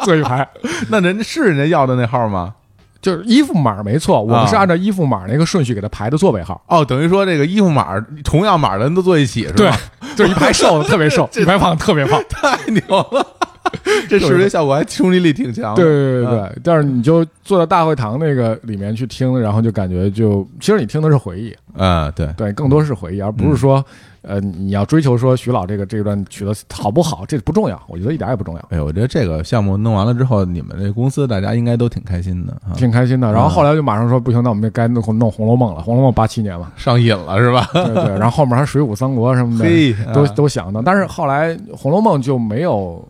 D: 坐一排。
B: 那人家是人家要的那号吗？
D: 就是衣服码没错，我
B: 啊
D: 们是按照衣服码那个顺序给它排的座位号。
B: 哦，等于说这个衣服码儿同样码儿的人都坐一起是吧？，
D: 就是一排 瘦的特别瘦，一排胖的特别胖。
B: 太牛了， 这视觉效果还冲击力挺强的。
D: 对对对对对，但是你就坐到大会堂那个里面去听，然后就感觉就其实你听的是回忆，
B: 啊，对，
D: 对，更多是回忆，而不是说呃你要追求说徐老这个这段曲子好不好，这不重要，我觉得一点也不重要，
B: 哎呦，我觉得这个项目弄完了之后，你们这公司大家应该都挺开心的啊，
D: 挺开心的。然后后来就马上说不行，那我们就该弄弄《红楼梦》了，《红楼梦》八七年嘛，
B: 上瘾了 是吧？
D: 对 对，然后后面还《水浒》《三国》什么的，
B: 嘿，
D: 都
B: 啊
D: 都想到。但是后来《红楼梦》就没有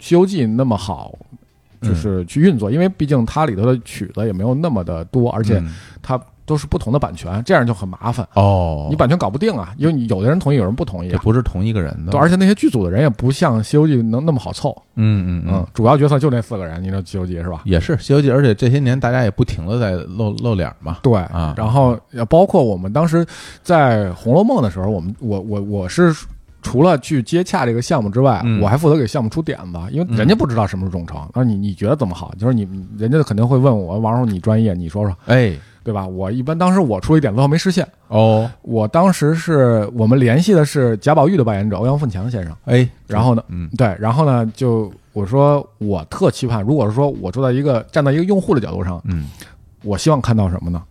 D: 《西游记》那么好，
B: 嗯
D: 就是去运作，因为毕竟它里头的曲子也没有那么的多，而且
B: 嗯
D: 它都是不同的版权，这样就很麻烦，
B: 哦，
D: 你版权搞不定啊，因为你有的人同意，有人不同意
B: 这
D: 啊。
B: 不是同一个人的
D: 对，，而且那些剧组的人也不像《西游记》能那么好凑，
B: 嗯嗯嗯，
D: 主要角色就那四个人，你知道《西游记》是吧？
B: 也是《西游记》，而且这些年大家也不停的在露露脸嘛。
D: 对
B: 啊
D: 然后也包括我们当时在《红楼梦》的时候，我们我我我是除了去接洽这个项目之外，
B: 嗯
D: 我还负责给项目出点子，因为人家不知道什么是众筹，那、你你觉得怎么好？就是你人家肯定会问我，王叔你专业，你说说
B: 哎，
D: 对吧？我一般当时我出了一点子后没实现，
B: 哦，
D: 我当时是我们联系的是贾宝玉的扮演者欧阳奋强先生，
B: 哎，
D: 然后呢，
B: 嗯，
D: 对，然后呢就。我说，我特期盼，如果是说我坐在一个站在一个用户的角度上，
B: 嗯，
D: 我希望看到什么呢？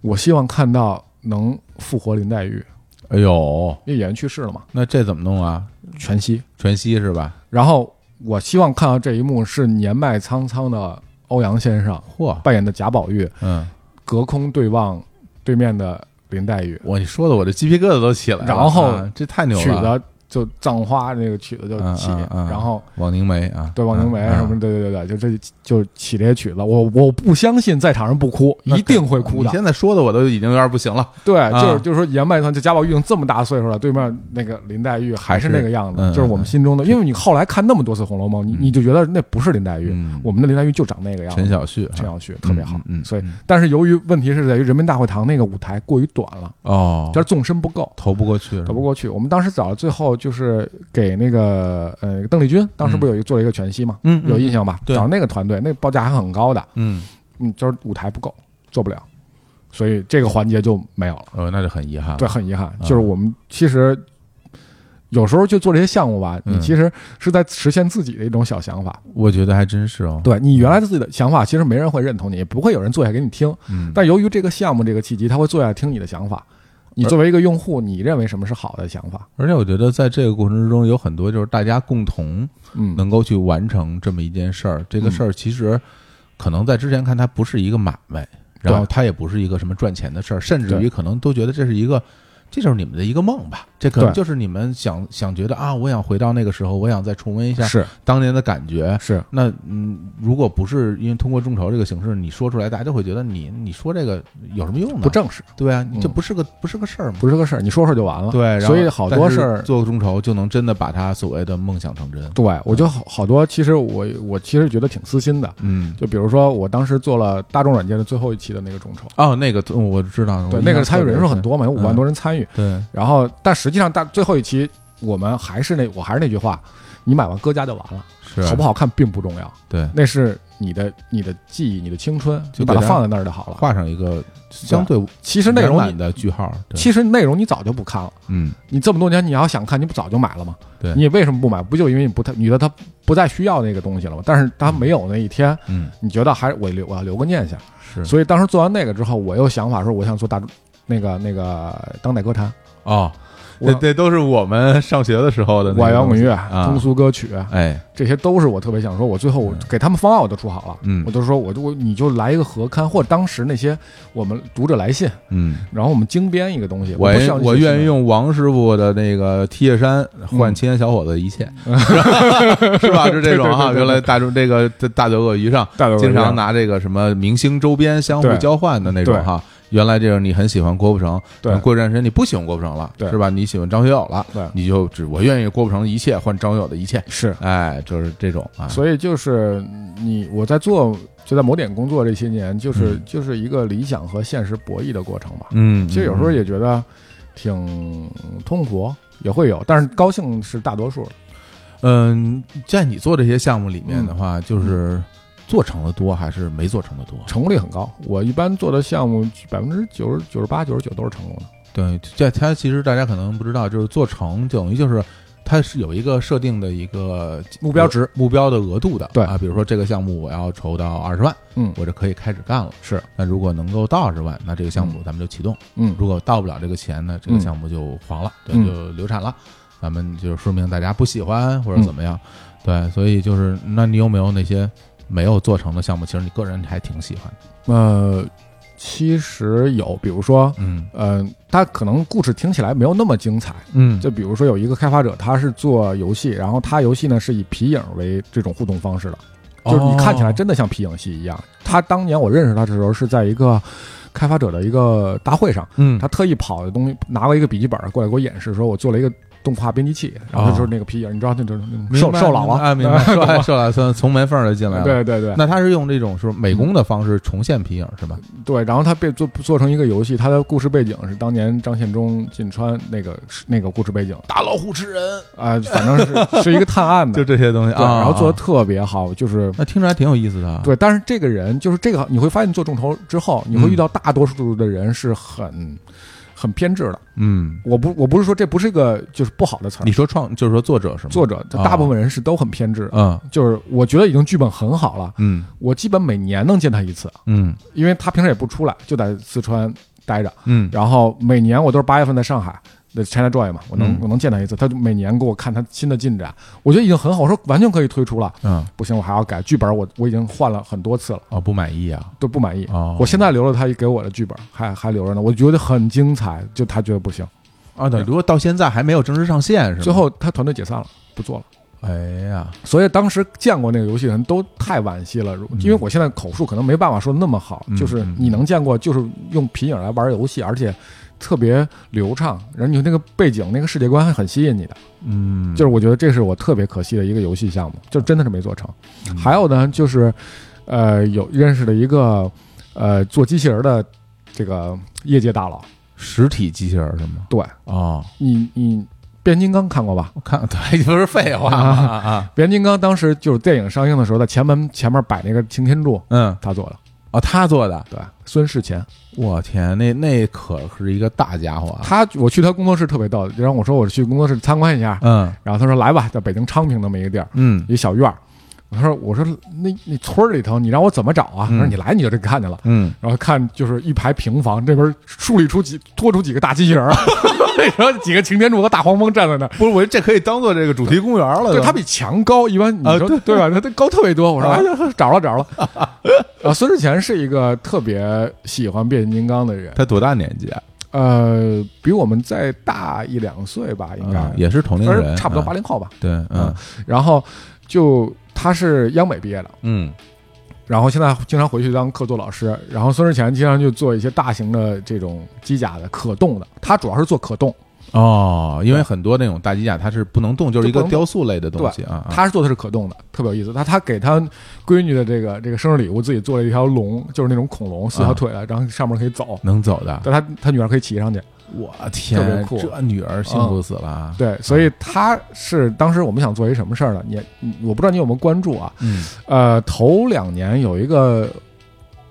D: 我希望看到能复活林黛玉，
B: 哎呦，
D: 因为演员去世了嘛，
B: 那这怎么弄啊？
D: 全息。
B: 全息是吧？
D: 然后我希望看到这一幕是年迈苍苍的欧阳先生
B: 嚯，
D: 扮演的贾宝玉，
B: 嗯，
D: 隔空对望对面的林黛玉，
B: 我你说的我这鸡皮疙瘩都起来了。
D: 然后
B: 啊这太牛
D: 曲
B: 了，
D: 子就葬花那个曲子就起，
B: 嗯嗯嗯
D: 然后。
B: 枉凝眉啊，
D: 对，望凝眉
B: 嗯
D: 什么，对对对对，就这就起这些曲子，我我不相信在场人不哭，
B: 那
D: 一定会哭的
B: 你。现在说的我都已经有点不行了。
D: 对，就
B: 啊
D: 是就是说严麦团，就贾宝玉已经这么大岁数了，对面那个林黛玉还是那个样子，
B: 还是嗯
D: 就是我们心中的，因为你后来看那么多次《红楼梦》，你你就觉得那不是林黛玉，
B: 嗯
D: 我们的林黛玉就长那个样子。
B: 陈小旭啊，
D: 陈小旭特别好，
B: 嗯嗯嗯
D: 所以
B: 嗯
D: 但是由于问题是在于人民大会堂那个舞台过于短了，
B: 哦，嗯
D: 就是纵深不够。
B: 投不过去是吧，
D: 走不过去，我们当时找了最后就是给那个呃邓丽君，当时不是有一做了一个全息嘛，
B: 嗯嗯
D: 有印象吧？
B: 对
D: 找那个团队，那报价还很高的，
B: 嗯，
D: 嗯，就是舞台不够，做不了，所以这个环节就没有了。
B: 哦，那就很遗憾了。
D: 对，很遗
B: 啊
D: 憾，就是我们其实有时候就做这些项目吧，
B: 嗯
D: 你其实是在实现自己的一种小想法。
B: 我觉得还真是哦。，
D: 对你原来自己的想法，其实没人会认同你，也不会有人坐下给你听。
B: 嗯，
D: 但由于这个项目这个契机，他会坐下听你的想法。你作为一个用户，你认为什么是好的想法？
B: 而且我觉得在这个过程之中，有很多就是大家共同
D: 嗯，
B: 能够去完成这么一件事儿。这个事儿其实可能在之前看它不是一个买卖，然后它也不是一个什么赚钱的事儿，甚至于
D: 对
B: 可能都觉得这是一个，这就是你们的一个梦吧，这可能
D: 对
B: 就是你们想想觉得啊，我想回到那个时候，我想再重温一下
D: 是
B: 当年的感觉。
D: 是，
B: 那嗯，如果不是因为通过众筹这个形式，你说出来，大家就会觉得你你说这个有什么用呢？
D: 不正式，
B: 对啊，你这
D: 嗯
B: 不是个不是个事儿嘛。
D: 不是个事儿，你说说就完了。
B: 对，然后
D: 所以好多
B: 但是
D: 事儿
B: 做众筹就能真的把他所谓的梦想成真。
D: 对我就好好多，其实我我其实觉得挺私心的。
B: 嗯，
D: 就比如说，我当时做了大众软件的最后一期的那个众筹，
B: 哦，那个嗯我知道，
D: 对，
B: 我
D: 那个
B: 印象
D: 参与人数
B: 特别
D: 很
B: 深，
D: 多嘛，有五万多人参与。
B: 对，
D: 然后，但实际上大最后一期，我们还是那我还是那句话，你买完搁家就完了，
B: 是
D: 好不好看并不重要，
B: 对，
D: 那是你的你的记忆，你的青春，
B: 就
D: 你把它
B: 给它
D: 放在那儿就好了。
B: 画上一个相对
D: 其实内
B: 圆
D: 容
B: 满
D: 你
B: 的句号。对
D: 其实内容你早就不看了，
B: 嗯，
D: 你这么多年你要想看，你不早就买了吗？
B: 对
D: 你为什么不买？不就因为你不太你觉得它不再需要那个东西了吗？但是它没有那一天，
B: 嗯，
D: 你觉得还我留我要留个念想。
B: 是
D: 所以当时做完那个之后，我又想法说，我想做大众那个那个当代歌坛，
B: 哦，
D: 我
B: 这这都是我们上学的时候的那个
D: 外摇滚乐、
B: 啊
D: 通俗歌曲，
B: 哎，
D: 这些都是我特别想说。我最后
E: 嗯
D: 我给他们方案我都出好了，
B: 嗯
D: 我就说我就我你就来一个合刊，或者当时那些我们读者来信，
B: 嗯，
D: 然后我们精编一个东西。
E: 我
D: 不像
E: 我
D: 这些新闻
E: 愿意用王师傅的那个 T 恤衫换青年小伙子的一 切，是吧？是这种啊。
D: 嗯对对对对对
E: 原来大众这个这大刘鳄鱼上
D: 大刘鳄鱼
E: 经常
D: 上
E: 拿这个什么明星周边相互
D: 对
E: 交换的那种
D: 对
E: 哈。原来这个你很喜欢郭富城，
D: 对
E: 然后过一段时间你不喜欢郭富城了，
D: 对
E: 是吧？你喜欢张学友了，
D: 对
E: 你就只我愿意郭富城的一切换张学友的一切，
D: 是
E: 哎，就是这种啊。
D: 所以就是你我在做就在某点工作这些年，就是、就是一个理想和现实博弈的过程吧。
E: 嗯，
D: 其实有时候也觉得挺痛苦，也会有，但是高兴是大多数。
B: 嗯，在你做这些项目里面
D: 嗯
B: 的话，就是做成的多还是没做成的多？
D: 成功率很高。我一般做的项目百分之九十九十八、九十九都是成功的。
B: 对，这它其实大家可能不知道，就是做成等于就是它是有一个设定的一个
D: 目标值、
B: 目标的额度的。
D: 对
B: 啊，比如说这个项目我要筹到二十万，
D: 嗯
B: 我就可以开始干了。
D: 是，
B: 那如果能够到二十万，那这个项目
D: 嗯
B: 咱们就启动；
D: 嗯，
B: 如果到不了这个钱呢，这个
D: 嗯
B: 项目就黄了，对，
D: 嗯
B: 就流产了。咱们就说明大家不喜欢或者
D: 嗯
B: 怎么样。对，所以就是，那你有没有那些没有做成的项目？其实你个人还挺喜欢的。
D: 呃，其实有，比如说，
B: 嗯
D: 呃，它可能故事听起来没有那么精彩。
B: 嗯，
D: 就比如说有一个开发者，他是做游戏，然后他游戏呢是以皮影为这种互动方式的，
B: 哦
D: 就是你看起来真的像皮影戏一样。他当年我认识他的时候是在一个开发者的一个大会上，
B: 嗯，
D: 他特意跑的东西，拿过一个笔记本过来给我演示，说我做了一个动画编辑器，然后就是那个皮影，你知道那种那种
B: 哦明
D: 瘦
B: 白
D: 瘦老王
B: 啊，明 白，瘦老 瘦老从从门缝儿就进来了。，
D: 对对对
B: 那他是用这种是美工的方式重现皮影是吧？
D: 对，然后他被做做成一个游戏，他的故事背景是当年张献忠进川那个那个故事背景，
B: 打老虎吃人，
D: 啊、反正是是一个探案
B: 就
D: 的，
B: 这些东西
D: 对，
B: 啊。
D: 然后做
B: 啊
D: 的特别好，就是
B: 那听着还挺有意思的啊。
D: 对，但是这个人就是这个，你会发现做众筹之后，你会遇到
B: 嗯
D: 大多数的人是很很偏执的。
B: 嗯，
D: 我不我不是说这不是一个就是不好的词儿
B: 你，说创就是说作者是吗？
D: 作者
B: 啊
D: 大部分人是都很偏执的，
B: 嗯
D: 就是我觉得已经剧本很好了，
B: 嗯
D: 我基本每年能见他一次，
B: 嗯
D: 因为他平时也不出来，就在四川待着。
B: 嗯，
D: 然后每年我都是八月份在上海的 China Joy 嘛，我能、
B: 嗯
D: 我能见他一次，他就每年给我看他新的进展，我觉得已经很好，我说完全可以推出了，
B: 嗯
D: 不行，我还要改剧本我，我已经换了很多次了，
B: 哦，不满意啊。
D: 都不满意。
B: 哦，
D: 我现在留了他给我的剧本，还还留着呢，我觉得很精彩，就他觉得不行，
B: 啊，对，如果到现在还没有正式上线是吗？
D: 最，后他团队解散了，不做了。
B: 哎呀，
D: 所以当时见过那个游戏的人都太惋惜了，如
B: 嗯
D: 因为我现在口述可能没办法说那么好，
B: 嗯
D: 就是
B: 嗯
D: 你能见过，就是用皮影来玩游戏，而且特别流畅，然后你那个背景、那个世界观还很吸引你的。
B: 嗯，
D: 就是我觉得这是我特别可惜的一个游戏项目，就真的是没做成。
B: 嗯
D: 还有呢，就是呃，有认识的一个呃做机器人的这个业界大佬，
B: 实体机器人是吗？
D: 对
B: 哦，
D: 你你变形金刚看过吧？
B: 我看 对，不是废话
D: 啊
B: 啊啊，
D: 变形金刚当时就是电影上映的时候，在前门前面摆那个擎天柱，
B: 嗯，
D: 他做的，
B: 哦，他做的，啊
D: 对，孙世前。
B: 我天，那那可是一个大家伙啊，
D: 他我去他工作室特别逗，然后我说我去工作室参观一下，
B: 嗯
D: 然后他说来吧，在北京昌平那么一个地儿，
B: 嗯
D: 一小院儿，我说我说那那村儿里头，你让我怎么找啊？他说
F: 嗯
D: 你来你就这看见了。
F: 嗯，
D: 然后看就是一排平房，这边树立出几多出几个大机器人儿，啊 然后几个擎天柱和大黄蜂站在那儿。
F: 不是，我这可以当做这个主题公园了。
D: 对，它比墙高，一般你
F: 啊
D: 说
F: 对
D: 对吧？它它高特别多。我说
F: 啊
D: 哎呀，找了找了。 啊，孙志前是一个特别喜欢变形金刚的人，
F: 他多大年纪啊？
D: 呃，比我们再大一两岁吧，应该
F: 啊也是同龄
D: 嗯而
F: 人，
D: 差不多
F: 啊
D: 八零后吧。
F: 对，
D: 啊
F: 嗯
D: 然后就他是央美毕业的，
F: 嗯
D: 然后现在经常回去当客座老师，然后孙志前经常就做一些大型的这种机甲的可动的，他主要是做可动，
F: 哦，因为
B: 因为很多那种大机甲它是不能动，就是一
D: 就
B: 个
D: 不能动
B: 雕塑类的东西啊。啊
D: 他是做的是可动的，特别有意思。他他给他闺女的这个这个生日礼物，自己做了一条龙，就是那种恐
B: 啊
D: 龙，四条腿的，啊然后上面可以走，
B: 能走的，
D: 但他他女儿可以骑上去。
B: 我
D: 特别
B: 天，
D: 酷
B: 这女儿辛苦死了啊。
D: 对，所以他是当时我们想做一什么事儿呢？你你我不知道你有没有关注啊？
B: 嗯，
D: 呃，头两年有一个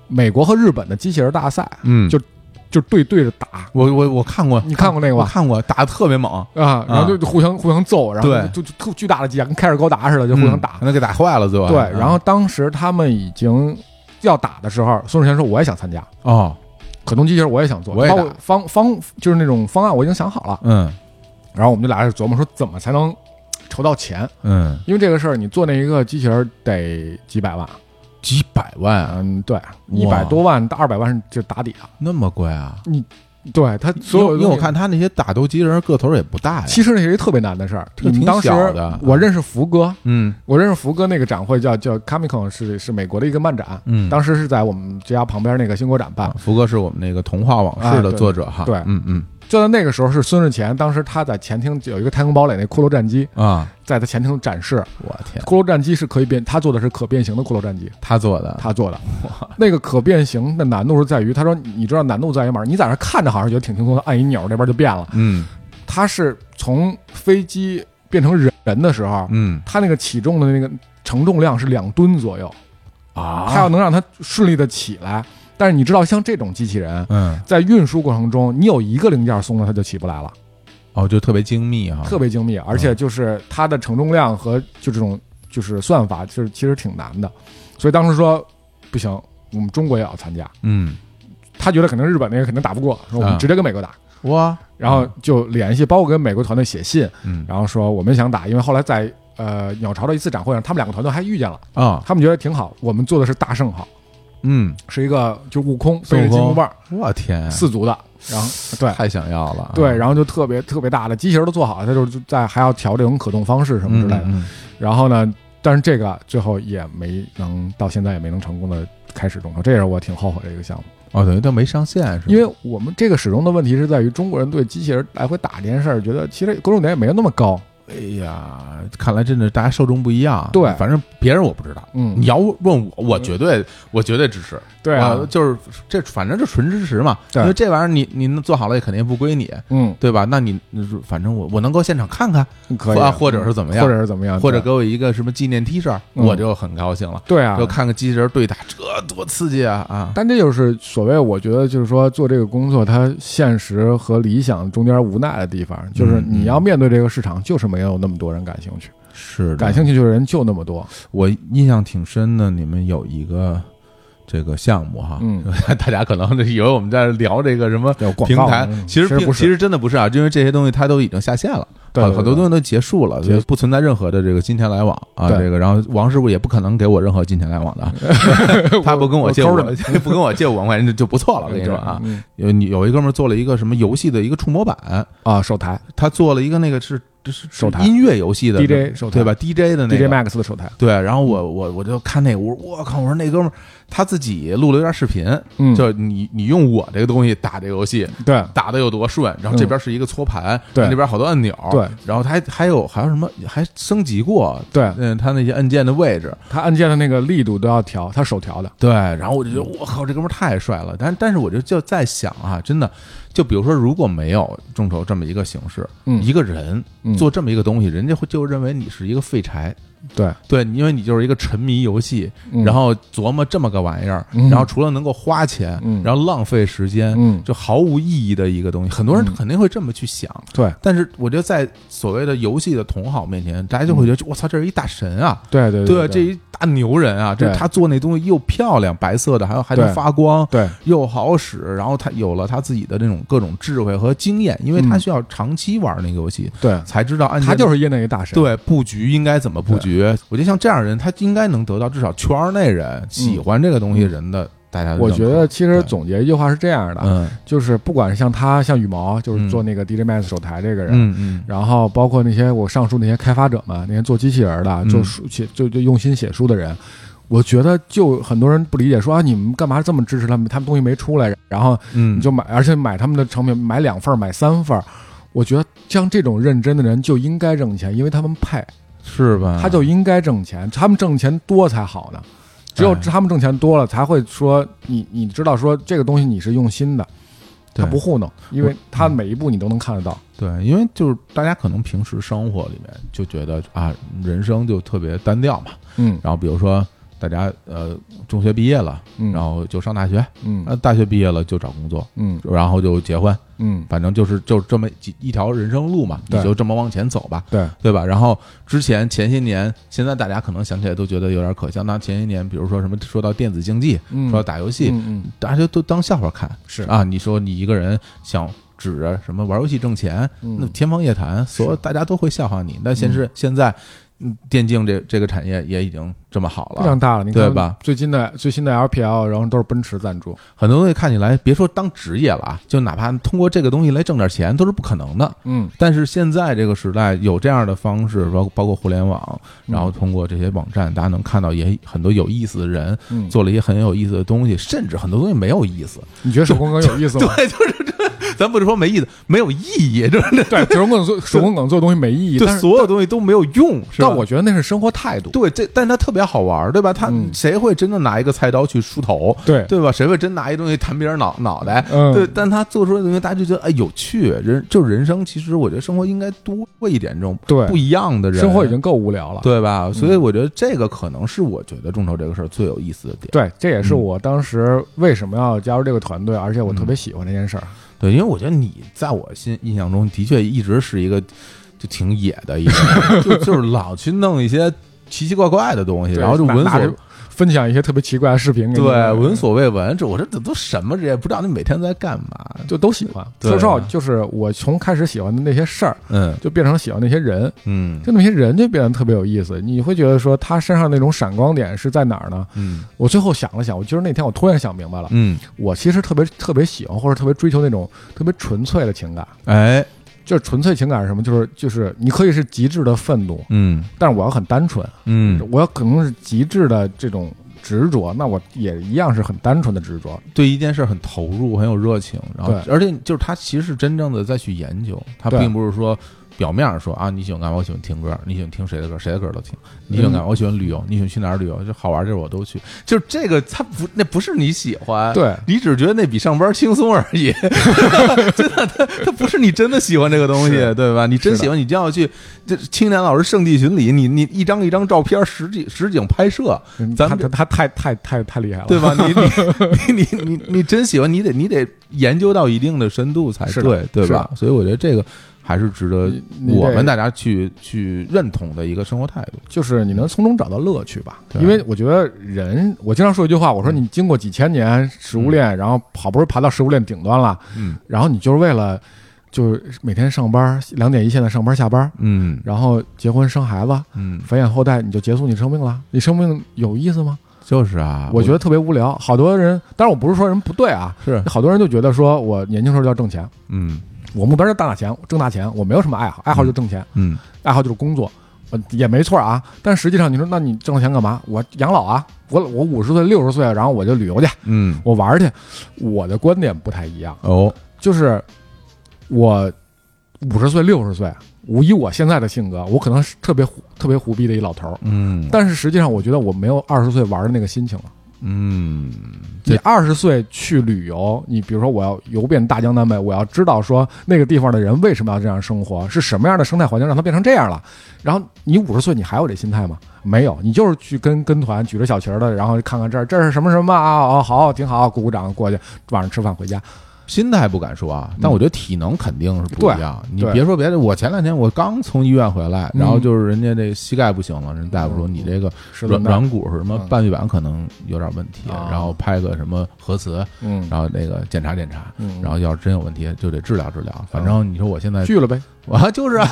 D: 美国和日本的机器人大赛，
F: 嗯，
D: 就对对着打
B: 我我我看过，
D: 你看过那个吧
B: 我看过，打的特别猛，
D: 啊，然后就互相互相揍，然后
B: 对
D: 就就特巨大的机甲跟开着高达似的，就互相打。
B: 那给打坏了最后。
D: 嗯对，嗯
B: 啊
D: 然后当时他们已经要打的时候，孙志贤说我也想参加。
B: 哦，
D: 可动机器人我也想做，
B: 我也
D: 包
B: 打
D: 括方方就是那种方案我已经想好了，
B: 嗯
D: 然后我们就俩人琢磨说怎么才能筹到钱，
B: 嗯，
D: 因为这个事儿你做那一个机器人得几百万，
B: 几百万啊，
D: 嗯，对，一百多万到二百万是就打底了，
B: 那么贵啊？
D: 对他所
B: 因
D: 有
B: 为因为我看他那些打斗机器人个头也不大呀。
D: 其实那是一个特别难的事儿，
B: 挺
D: 你们当时
B: 小的
D: 我认识福哥，
B: 嗯
D: 我认识福哥那个展会叫叫 Comicon 是是美国的一个漫展，
B: 嗯，啊
D: 当时是在我们家旁边那个新国展办，
B: 福哥是我们那个童话往
D: 哎
B: 事的
D: 对
B: 作者哈。
D: 对
B: 嗯嗯
D: 就在那个时候是孙志前，当时他在前厅有一个太空堡垒那骷髅战机
B: 啊，
D: 在他前厅展示。
B: 我天，
D: 骷髅战机是可以变，他做的是可变形的骷髅战机，
B: 他做的，
D: 他做的。那个可变形的难度是在于，他说你知道难度在于哪儿？你在那看着好像觉得挺轻松的，按一钮那边就变了。
B: 嗯
D: 他是从飞机变成人人的时候，
B: 嗯
D: 他那个起重的那个承重量是两吨左右，他
B: 啊，
D: 要能让它顺利的起来。但是你知道，像这种机器人。
B: 嗯
D: 在运输过程中，你有一个零件松了，它就起不来了，
B: 哦，就特别精密哈。
D: 特别精密，而
B: 啊
D: 且就是它的承重量和就这种就是算法，就是其实挺难的。所以当时说不行，我们中国也要参加。
B: 嗯
D: 他觉得可能日本那个肯定打不过，说我
B: 啊
D: 们直接跟美国打，
B: 哇，
D: 然后就联系，包括跟美国团队写信，
B: 嗯
D: 然后说我们想打，因为后来在呃鸟巢的一次展会上，他们两个团队还遇见了，
B: 啊
D: 他们觉得挺好，我们做的是大圣号，
B: 嗯，
D: 是一个就悟空
B: 孙悟
D: 背着金
B: 空
D: 箍棒
B: 我天，
D: 四足的，然后对。
B: 太想要了啊。
D: 对，然后就特别特别大的机器人都做好了，他就是就在还要调这种可动方式什么之类的。
B: 嗯嗯
D: 然后呢，但是这个最后也没能到现在也没能成功的开始众筹，这也是我挺后悔的一个项目。
B: 哦，等于他没上线是吧？
D: 因为我们这个始终的问题是在于中国人对机器人来回打这件事儿，觉得其实关注点也没有那么高。
B: 哎呀，看来真的大家受众不一样。啊
D: 对
B: 反正别人我不知道。
D: 嗯
B: 你，要问我，我绝对我嗯绝对支持。
D: 对
B: 我
D: 啊，
B: 就是这反正就纯支持嘛。
D: 对
B: 因为这玩意儿你你做好了也肯定不归你，
D: 嗯，
B: 对吧？那你你说反正我我能够现场看看，
D: 可以
B: 啊
D: 啊，
B: 或者是怎么样
D: 或者是怎么样，
B: 或者
D: 对
B: 给我一个什么纪念 T 恤，
D: 嗯
B: 我就很高兴了。
D: 对啊
B: 就。看个机器人对打，这多刺激啊啊！
D: 但这就是所谓，我觉得就是说，做这个工作，它现实和理想中间无奈的地方，就是你要面对这个市场，就是没有那么多人感兴趣，
B: 嗯是啊
D: 感兴趣的人就那么多。
B: 我印象挺深的，你们有一个这个项目哈，
D: 嗯，
B: 大家可能以为我们在聊这个什么
D: 有广
B: 平
D: 告
B: 台，
D: 嗯
B: 其实并
D: 其实不是
B: 其实真的不是啊，因为这些东西它都已经下线了，
D: 对
B: 很很多东
D: 西，
B: 西都结束了，
D: 结
B: 所以不存在任何的这个金钱来往啊，
D: 对
B: 这个然后王师傅也不可能给我任何金钱来往的啊， 他不跟我借
D: 我
B: 我
D: 抠着
B: 不跟我借五万块钱就就不错了，我跟你说啊，
D: 嗯
B: 有你有一哥们儿做了一个什么游戏的一个触摸板，
D: 啊，手台
B: 他做了一个那个是这是
D: 手台
B: 是音乐游戏的
D: DJ 手台
B: 对吧？DJ 的那
D: ，DJ
B: 个
D: Max 的手台，
B: 对，然后我我我就看那个，我说我靠，我说那哥们儿他自己录了一段视频，
D: 嗯
B: 就是你你用我这个东西打这个游戏。
D: 对，
B: 打的有多顺，然后这边是一个搓盘，
D: 嗯对
B: 那边好多按钮，
D: 对，
B: 然后他还还有还有什么还升级过，
D: 对
B: 嗯，他那些按键的位置，
D: 它按键的那个力度都要调，它手调的，
B: 对，然后我就觉得我靠，这哥们儿太帅了，但但是我就就在想啊，真的，就比如说如果没有众筹这么一个形式，
D: 嗯
B: 一个人
D: 嗯
B: 做这么一个东西，人家会就认为你是一个废柴，
D: 对，
B: 对，因为你就是一个沉迷游戏，
D: 嗯
B: 然后琢磨这么个玩意儿，
D: 嗯
B: 然后除了能够花钱，
D: 嗯
B: 然后浪费时间，
D: 嗯
B: 就毫无意义的一个东西。很多人
D: 嗯
B: 肯定会这么去想，
D: 对
B: 但是我觉得在所谓的游戏的同好面前，大家就会觉得我操，这是一大神啊！
D: 嗯对对
B: 对，这
D: 对
B: 一大牛人啊，这
D: 对
B: 他做那东西又漂亮，白色的，还有还能
D: 对
B: 发光，
D: 对
B: 又好使，然后他有了他自己的这种各种智慧和经验，因为他
D: 嗯
B: 需要长期玩那个游戏，
D: 对，
B: 才知道按
D: 他
B: 键
D: 就是业内一大神，
B: 对布局应该怎么布局。我觉得像这样的人，他应该能得到至少圈内人喜欢这个东西人的大家的认可。
D: 嗯我觉得其
B: 对
D: 实总结一句话是这样的，
B: 嗯，
D: 就是不管是像他像羽毛，就
B: 嗯
D: 是做那个 DJ Max 手台这个人，
B: 嗯嗯
D: 然后包括那些我上述那些开发者们，那些做机器人的、
B: 嗯
D: 做书写、就就用心写书的人，我觉得就很多人不理解说，啊，你们干嘛这么支持他们？他们东西没出来，然后
B: 嗯，
D: 你就买，而且买他们的成品，买两份儿，买三份儿。我觉得像这种认真的人就应该挣钱，因为他们配，
B: 啊是吧？
D: 他就应该挣钱，他们挣钱多才好呢。只有
B: 哎
D: 他们挣钱多了，才会说你你知道说这个东西你是用心的，他
B: 对
D: 不糊弄，因为他每一步你都能看得到。
B: 对，因为就是大家可能平时生活里面就觉得啊，人生就特别单调嘛。
D: 嗯
B: 然后比如说大家呃中学毕业了，
D: 嗯，
B: 然后就上大学，
D: 嗯
B: 呃大学毕业了就找工作，
D: 嗯
B: 然后就结婚，
D: 嗯，
B: 反正就是就这么几一条人生路嘛，你
D: 对
B: 就这么往前走吧。
D: 对，
B: 对吧？然后之前前些年，现在大家可能想起来都觉得有点可笑。那前些年，比如说什么说到电子竞技，
D: 嗯
B: 说到打游戏，
D: 嗯嗯
B: 大家都当笑话看。
D: 是
B: 啊，你说你一个人想指着什么玩游戏挣钱，
D: 嗯
B: 那天方夜谭，所有大家都会笑话你。那现是现在，嗯电竞这这个产业也已经这么好
D: 非常
B: 了，
D: 大了，你看
B: 对吧？
D: 最近的最新的 LPL，然后都是奔驰赞助，
B: 很多东西看起来，别说当职业了啊，就哪怕通过这个东西来挣点钱都是不可能的。
D: 嗯
B: 但是现在这个时代有这样的方式，包包括互联网，
D: 嗯
B: 然后通过这些网站，大家能看到也很多有意思的人
D: 嗯，
B: 做了一些很有意思的东西，甚至很多东西没有意思。
D: 你觉得手工梗有意思吗？
B: 对，就是这， 咱不是说没意思，没有意义， 就是这
D: 对，手工梗做手工梗做的东西没意义，
B: 对
D: 但是
B: 所有东西都没有用。是吧
D: 但我觉得那是生活态度，
B: 对这，但它特别好玩儿，对吧？它
D: 嗯
B: 谁会真的拿一个菜刀去梳头？
D: 对
B: 对吧？谁会真拿一东西弹别人脑脑袋？
D: 嗯
B: 对，但他做出来的东西，大家就觉得哎有趣。人就是人生，其实我觉得生活应该多一点这种
D: 对
B: 不一样的人。
D: 生活已经够无聊了。
B: 对吧？所以我觉得这个可能是我觉得众筹这个事儿最有意思的点。
D: 对，这也是我
B: 嗯
D: 当时为什么要加入这个团队，而且我特别喜欢这件事儿。
B: 对，因为我觉得你在我心印象中的确一直是一个就挺野的一个人，就就是老去弄一些奇奇怪怪的东西，
D: 对
B: 然后就
D: 拿
B: 闻
D: 拿着
B: 所
D: 分享一些特别奇怪的视频给你，
B: 对闻所未闻。这我这这都什么这也不知道你每天在干嘛。
D: 就都喜欢。
B: 对
D: 说实话，就是我从开始喜欢的那些事儿，
B: 嗯
D: 就变成喜欢那些人，
B: 嗯
D: 就那些人就变得特别有意思。你会觉得说他身上那种闪光点是在哪儿呢？
B: 嗯
D: 我最后想了想，我今儿那天我突然想明白了，
B: 嗯，
D: 我其实特别特别喜欢或者特别追求那种特别纯粹的情感。
B: 哎
D: 就是纯粹情感是什么？就是就是你可以是极致的愤怒，
B: 嗯
D: 但是我要很单纯，
B: 嗯，
D: 我要可能是极致的这种执着，那我也一样是很单纯的执着。
B: 对一件事很投入，很有热情，然后
D: 对
B: 而且就是他其实是真正的在去研究，他
D: 对
B: 并不是说表面上说啊你喜欢干嘛，我喜欢听歌，你喜欢听谁的歌，谁的歌都听，你喜欢
D: 嗯
B: 干嘛，我喜欢旅游，你喜欢去哪儿旅游，就好玩儿地儿我都去，就是这个他不那不是你喜欢，
D: 对
B: 你只是觉得那比上班轻松而 已，真的，他他不是你真的喜欢这个东西，
D: 是
B: 对吧？你真
D: 是的
B: 喜欢，你就要去这青年老师圣地巡礼，你你一张一张照片实景实景拍摄，
D: 嗯
B: 咱
D: 他
B: 们
D: 他他太太太太 厉害了，
B: 对吧？你你你你你你真喜欢，你得你得研究到一定的深度才
D: 是的
B: 对，对
D: 是
B: 吧？所以我觉得这个还是值得
D: 你
B: 我们大
D: 得
B: 家去去认同的一个生活态度。
D: 就是你能从中找到乐趣吧。
B: 对
D: 因为我觉得人，我经常说一句话，我说你经过几千年食物链，然后好不容易爬到食物链顶端了，
B: 嗯
D: 然后你就是为了就是每天上班两点一线的上班下班，
B: 嗯
D: 然后结婚生孩子。
B: 嗯，
D: 繁衍后代，你就结束你生命了？你生命有意思吗？
B: 就是啊，
D: 我觉得特别无聊。好多人，当然我不是说人不对啊，
B: 是
D: 好多人就觉得说我年轻时候就要挣钱，
B: 嗯
D: 我目标是大钱，挣大钱，我没有什么爱好，爱好就挣钱，
B: 嗯
D: 爱好就是工作，呃，也没错啊。但实际上，你说那你挣了钱干嘛？我养老啊，我我五十岁、六十岁，然后我就旅游去，
B: 嗯
D: 我玩去。我的观点不太一样，
B: 哦
D: 就是我五十岁、六十岁，我以我现在的性格，我可能是特别胡特别胡逼的一老头儿，
B: 嗯
D: 但是实际上，我觉得我没有二十岁玩的那个心情了。
G: 嗯，
D: 你二十岁去旅游，你比如说我要游遍大江南北，我要知道说那个地方的人为什么要这样生活，是什么样的生态环境让他变成这样了。然后你五十岁，你还有这心态吗？没有，你就是去跟跟团，举着小旗儿的，然后看看这儿这是什么什么啊？哦，好，挺好，鼓鼓掌过去，晚上吃饭回家。
B: 心态不敢说啊，但我觉得体能肯定是不一样。你
D: 嗯对
B: 别说别的，我前两天我刚从医院回来，
D: 嗯
B: 然后就是人家这膝盖不行了，人大夫说
D: 嗯
B: 你这个
D: 是的
B: 软，软骨是什么
D: 嗯
B: 半月板可能有点问题，
D: 啊
B: 然后拍个什么核磁，
D: 嗯，
B: 然后那个检查检查，
D: 嗯
B: 然后要是真有问题就得治疗治疗。反正你说我现在
D: 聚了 呗，
B: 我 就是啊，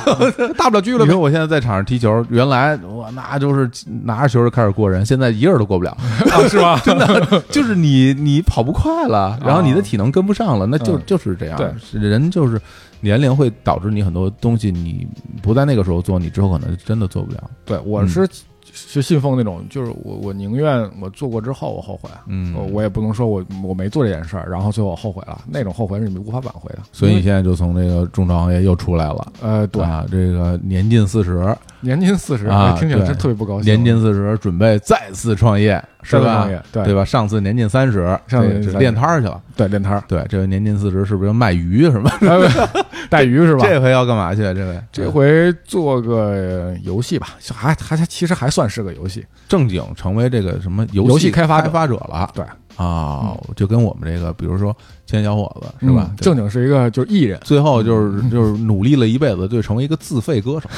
B: 大不了拘
G: 你
B: 了呗。
G: 说我现在在场上踢球，
B: 原来我那就是拿着球就开始过人，现在一个人都过不 了，
D: 啊是吧？
B: 真的就是你你跑不快了，然后你的体能跟不上了，那就
D: 嗯
B: 就是这样。
D: 对
B: 是人就是年龄会导致你很多东西，你不在那个时候做，你之后可能真的做不了。
D: 对，我
B: 嗯
D: 是、是信奉那种，就是我我宁愿我做过之后我后悔，啊
B: 嗯
D: 我我也不能说我我没做这件事儿，然后最后我后悔了，那种后悔是你无法挽回的。
B: 所以你
D: 因为
B: 现在就从这个中朝行业又出来了。
D: 呃，对，
B: 啊，这个年近四十，
D: 年近四十、
B: 啊
D: 听起来
B: 对
D: 真特别不高兴。
B: 年近四十，准备再次创业，是
D: 再次
B: 吧
D: 创业？对
B: 对吧？上次年近三十，
D: 上
B: 对
D: 次年近
B: 是
D: 30
B: 练摊儿去了。
D: 对练摊儿
B: 对，这回年近四十，是不是要卖鱼？是吧？
D: 哎， 带鱼是吧？
B: 这回要干嘛去？啊这回
D: 这回做个游戏吧，还还还其实还算是个游戏，
B: 正经成为这个什么游
D: 游
B: 戏
D: 戏开发者
B: 开发者了。
D: 对
B: 啊，就跟我们这个，比如说青年小伙子是吧
D: 嗯？
B: 对，
D: 正经是一个就是艺嗯人
B: 最后就是就是努力了一辈子，就成为一个自费歌手，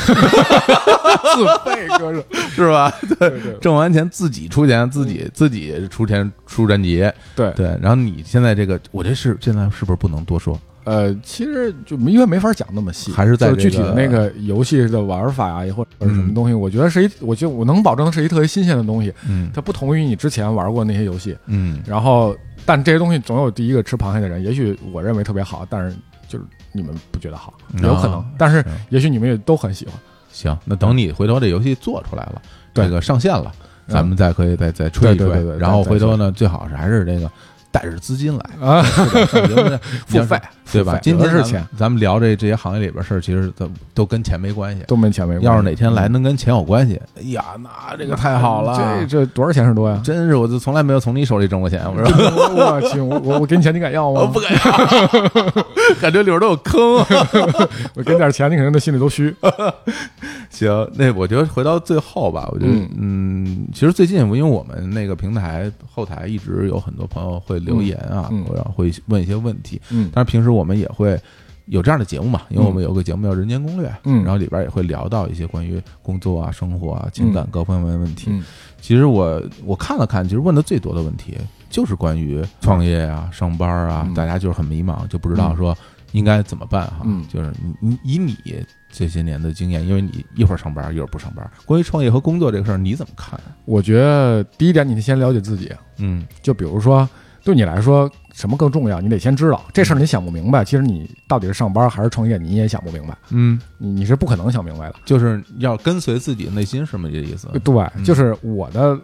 D: 自费歌手，
B: 是吧？
D: 对对嗯
B: 挣完钱自己出钱，自己自己出钱出专辑，
D: 对
B: 对。然后你现在这个，我这是现在是不是不能多说？
D: 呃，其实就因为没法讲那么细，
B: 还是在
D: 就
B: 这
D: 具体的
B: 个
D: 那个游戏的玩法啊，或者是什么东西，我觉得是一，我觉得我能保证是一特别新鲜的东西，
B: 嗯
D: 它不同于你之前玩过那些游戏。
B: 嗯，
D: 然后，但这些东西总有第一个吃螃蟹的人，也许我认为特别好，但是就是你们不觉得好，有可能
B: 啊，
D: 但是
B: 是
D: 也许你们也都很喜欢。
B: 行，那等你回头这游戏做出来了，
D: 对
B: 这个上线了，
D: 嗯
B: 咱们再可以再再吹一吹
D: 对对对，对
B: 然后
D: 再
B: 回头呢，最好是还是这个带着资金来
D: 啊，
B: 是吧 上节目呢
D: 付费
B: 对
D: 付
B: 吧
D: 费？
B: 今天
D: 有的是
B: 咱们
D: 钱
B: 咱们聊这这些行业里边事儿，其实都都跟钱没关系。
D: 都没钱没关系。哎
B: 要是哪天来能跟钱有关系，哎呀，那这个太好了
D: 这，这多少钱是多呀？
B: 真是我就从来没有从你手里挣过钱，我说。
D: 我我去，我我 我给你钱，你敢要吗？
B: 我不敢要， 感觉里边都有坑。
D: 我给你点钱，你可能都心里都虚。
B: 行，那我觉得回到最后吧，我觉得
D: 嗯
B: 嗯，其实最近因为我们那个平台后台一直有很多朋友会留言啊，
D: 嗯嗯
B: 然后会问一些问题，
D: 嗯
B: 但是平时我们也会。有这样的节目嘛？因为我们有个节目叫《人间攻略》，
D: 嗯
B: 然后里边也会聊到一些关于工作啊、生活啊、情感各方面的问题。
D: 嗯
B: 其实我我看了看，其实问的最多的问题就是关于创业啊、上班啊，
D: 嗯
B: 大家就是很迷茫，就不知道说应该怎么办哈。
D: 嗯
B: 就是你你以你这些年的经验，因为你一会儿上班一会儿不上班，关于创业和工作这个事儿你怎么看？
D: 我觉得第一点，你得先了解自己。
B: 嗯
D: 就比如说，对你来说什么更重要，你得先知道这事儿。你想不明白，其实你到底是上班还是创业，你也想不明白，
B: 嗯，
D: 你你是不可能想明白的。
B: 就是要跟随自己的内心，是吗？这意思？
D: 对，就是我的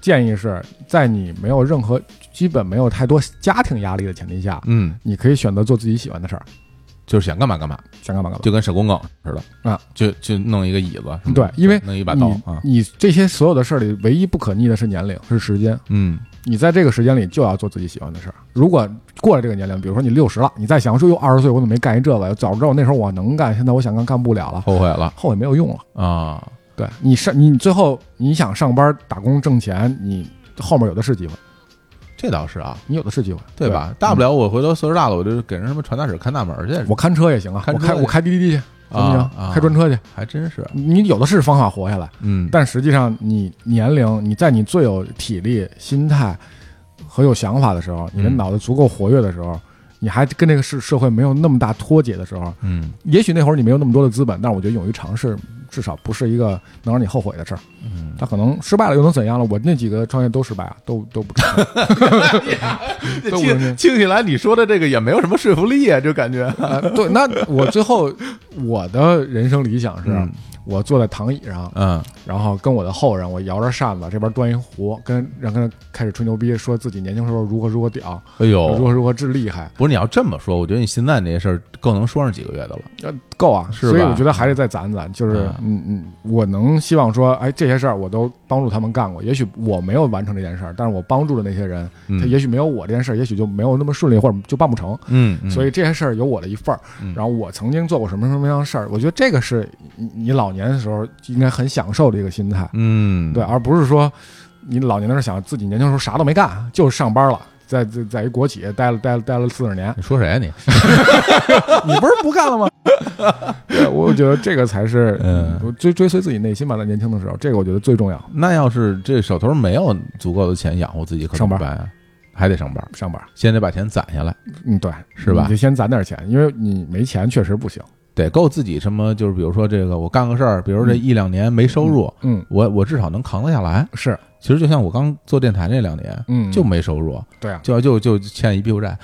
D: 建议是在你没有任何基本没有太多家庭压力的前提下，
B: 嗯，
D: 你可以选择做自己喜欢的事儿，
B: 就是想干嘛干嘛，
D: 想干嘛干嘛。
B: 就跟手工梗似的
D: 啊，
B: 就就弄一个椅子，是吗
D: 对，因为
B: 弄一把刀
D: 你
B: 啊，
D: 你这些所有的事儿里，唯一不可逆的是年龄，是时间。
B: 嗯
D: 你在这个时间里就要做自己喜欢的事儿。如果过了这个年龄，比如说你六十了，你再想说哟二十岁我怎么没干一这个？早知道那时候我能干，现在我想干干不了了，
B: 后悔了
D: 后悔没有用了。
B: 啊，
D: 对你上你最后你想上班打工挣钱，你后面有的是机会，
B: 这倒是啊，
D: 你有的是机会，
B: 对吧？大不了我回头岁数大了，我就给人什么传达室看大门儿去，
D: 我看车也行啊，
B: 看
D: 我
B: 车
D: 开我开滴滴去，行不
B: 啊
D: 行？
B: 啊
D: 开专车去，
B: 还真是，
D: 你有的是方法活下来。
B: 嗯，
D: 但实际上，你年龄，你在你最有体力、心态和有想法的时候，你的
B: 嗯
D: 脑子足够活跃的时候，你还跟这个社社会没有那么大脱节的时候，
B: 嗯
D: 也许那会儿你没有那么多的资本，但是我觉得勇于尝试，至少不是一个能让你后悔的事儿。
B: 嗯，
D: 他可能失败了又能怎样了？我那几个创业都失败啊，都都不 成功。都不
B: 听
D: 能
B: 听起来你说的这个也没有什么说服力啊，就感觉，
D: 呃对，那我最后我的人生理想是，
B: 嗯
D: 我坐在躺椅上，
B: 嗯
D: 然后跟我的后人，我摇着扇子，这边端一壶，跟然后跟他开始吹牛逼，说自己年轻时候如何如何屌，
B: 哎
D: 如
B: 呦，
D: 何如何之厉害，
B: 不是你要这么说，我觉得你现在那事儿更能说上几个月的了。
D: 呃，够啊，
B: 是吧
D: 所以我觉得还是再攒攒，就是嗯嗯，我能希望说，哎，这些事儿我都帮助他们干过，也许我没有完成这件事儿，但是我帮助的那些人，
B: 嗯
D: 他也许没有我这件事儿，也许就没有那么顺利，或者就办不成。
B: 嗯，嗯
D: 所以这些事儿有我的一份儿
B: 嗯，
D: 然后我曾经做过什么什么样的事儿，我觉得这个是你你老年的时候应该很享受的一个心态，
B: 嗯，
D: 对，而不是说你老年的时候想自己年轻时候啥都没干，就是上班了，在在在一国企待了待了待了四十年，
B: 你说谁啊你？
D: 你不是不干了吗？ 对，我觉得这个才是，
B: 嗯
D: 我追追随自己内心吧，在年轻的时候，这个我觉得最重要。
B: 那要是这手头没有足够的钱养活自己，可怎么
D: 上班
B: 办啊？还得上班，
D: 上班，
B: 先得把钱攒下来，
D: 嗯，对，
B: 是吧
D: 你就先攒点钱，因为你没钱确实不行。
B: 得够自己什么？就是比如说这个，我干个事儿，比如这
D: 嗯
B: 一两年没收入，
D: 嗯，
B: 我我至少能扛得下来。
D: 是，
B: 其实就像我刚做电台那两年，
D: 嗯，
B: 就没收入，
D: 对啊，
B: 就就就欠一屁股债，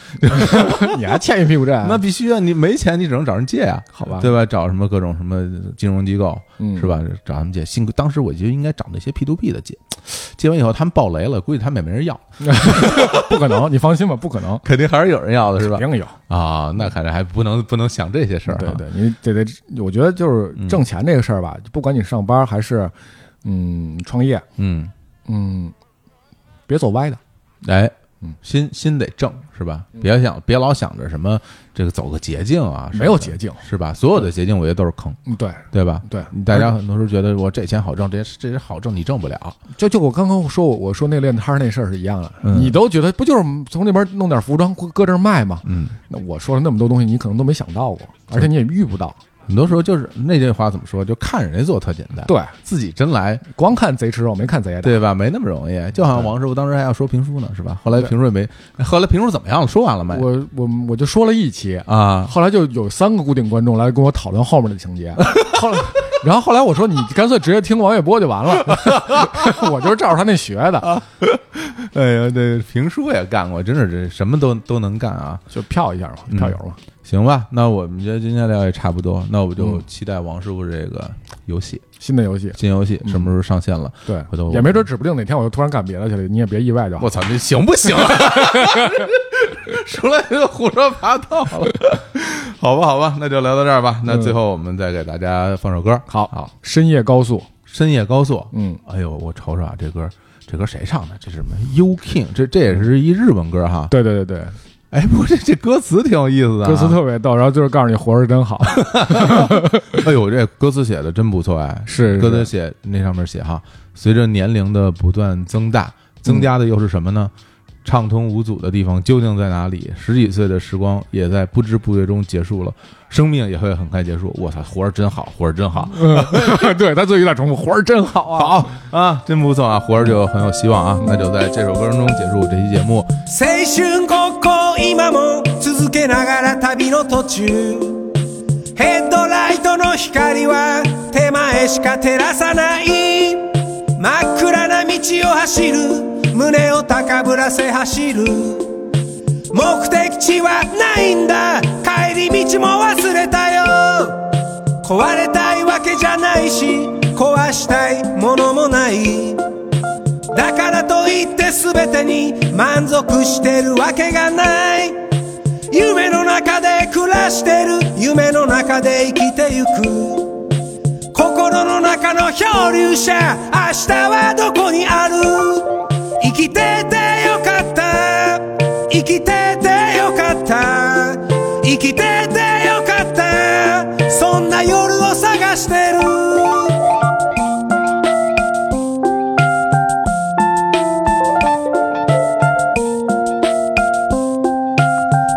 D: 你还欠一屁股债，
B: 那必须啊！你没钱，你只能找人借啊，
D: 好吧
B: 对吧？找什么各种什么金融机构
D: 嗯
B: 是？吧？找他们借。幸亏当时我就应该找那些 P to P 的借，借完以后他们爆雷了，估计他们也没人要，
D: 不可能，你放心吧，不可能，
B: 肯定还是有人要的是吧？
D: 肯定有。
B: 啊，那看来还不能不能想这些事儿、啊，
D: 嗯对对，你得得，我觉得就是挣钱这个事儿吧，不管你上班还是嗯创业，
B: 嗯，
D: 嗯，别走歪的。
B: 哎
D: 嗯，
B: 心心得正是吧？别想别老想着什么这个走个捷径啊，什么的
D: 没有捷径
B: 是吧？所有的捷径我觉得都是坑，
D: 嗯，对
B: 对吧？
D: 对，
B: 大家很多时候觉得我这钱好挣，这这人好挣，你挣不了。
D: 就就我刚刚说我我说那练摊儿那事儿是一样的，
B: 嗯
D: 你都觉得不就是从那边弄点服装搁搁这儿卖吗？
B: 嗯，
D: 那我说了那么多东西，你可能都没想到过，而且你也遇不到。
B: 很多时候就是那句话怎么说？就看人家做特简单，
D: 对，
B: 自己真来，
D: 光看贼吃肉，没看贼挨打。
B: 对吧？没那么容易。就好像王师傅当时还要说评书呢，是吧？后来评书也没，后来评书怎么样了？说完了没？
D: 我我我就说了一期，
B: 啊，
D: 后来就有三个固定观众来跟我讨论后面的情节，后来。然后后来我说你干脆直接听王月波就完了， 我就是照着他那学的，
B: 哎呀，这评书也干过，真是这什么都都能干啊。
D: 就票一下嘛，票友嘛。
B: 行吧，那我们觉得今天聊也差不多，那我就
D: 嗯
B: 期待王师傅这个游戏
D: 新的游戏，
B: 新游戏什么时候上线了。
D: 对
B: 回头，我
D: 也没准指不定哪天我就突然干别的去了，你也别意外就好
B: 我。操，这行不行啊？ 出来就胡说八道了，好吧，好吧，那就聊到这儿吧。那最后我们再给大家放首歌，
D: 嗯好
B: 好，
D: 深夜高速，
B: 深夜高速。
D: 嗯，
B: 哎呦，我瞅瞅啊，这歌这歌谁唱的？这是什么？U King，这这也是一日本歌哈。
D: 对对对对，
B: 哎，不是，这歌词挺有意思的啊、
D: 歌词特别逗，然后就是告诉你活着真好，
B: 哎呦，这歌词写的真不错哎，
D: 是
B: 歌词写那上面写哈，随着年龄的不断增大，
D: 嗯
B: 增加的又是什么呢？畅通无阻的地方究竟在哪里？十几岁的时光也在不知不觉中结束了，生命也会很快结束。我操，活着真好，活着真 好，
D: 对他最后有点重复，活着真好啊。
B: 好啊，真不错啊，活着就很有希望啊。那就在这首歌声中结束这期节目。
H: 青春高校今も続けながら旅の途中ヘッドライトの光は手前しか照らさない真っ暗な道を走る胸を高ぶらせ走る目的地はないんだ帰り道も忘れたよ壊れたいわけじゃないし壊したいものもないだからといって全てに満足してるわけがない夢の中で暮らしてる夢の中で生きてゆく心の中の漂流者明日はどこにある生きててよかった生きててよかった生きててよかったそんな夜を探してる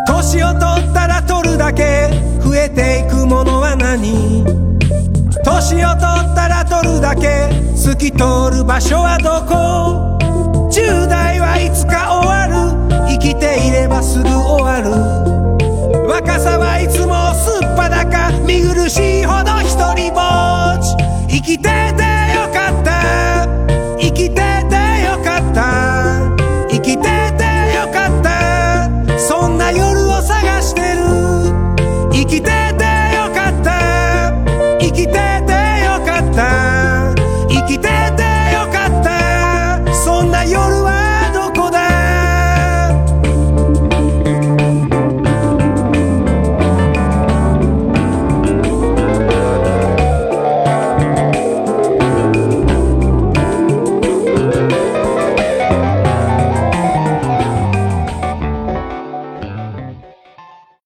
H: 年を取ったら取るだけ増えていくものは何年を取ったら取るだけ透き通る場所はどこ10代はいつか終わる生きていればすぐ終わる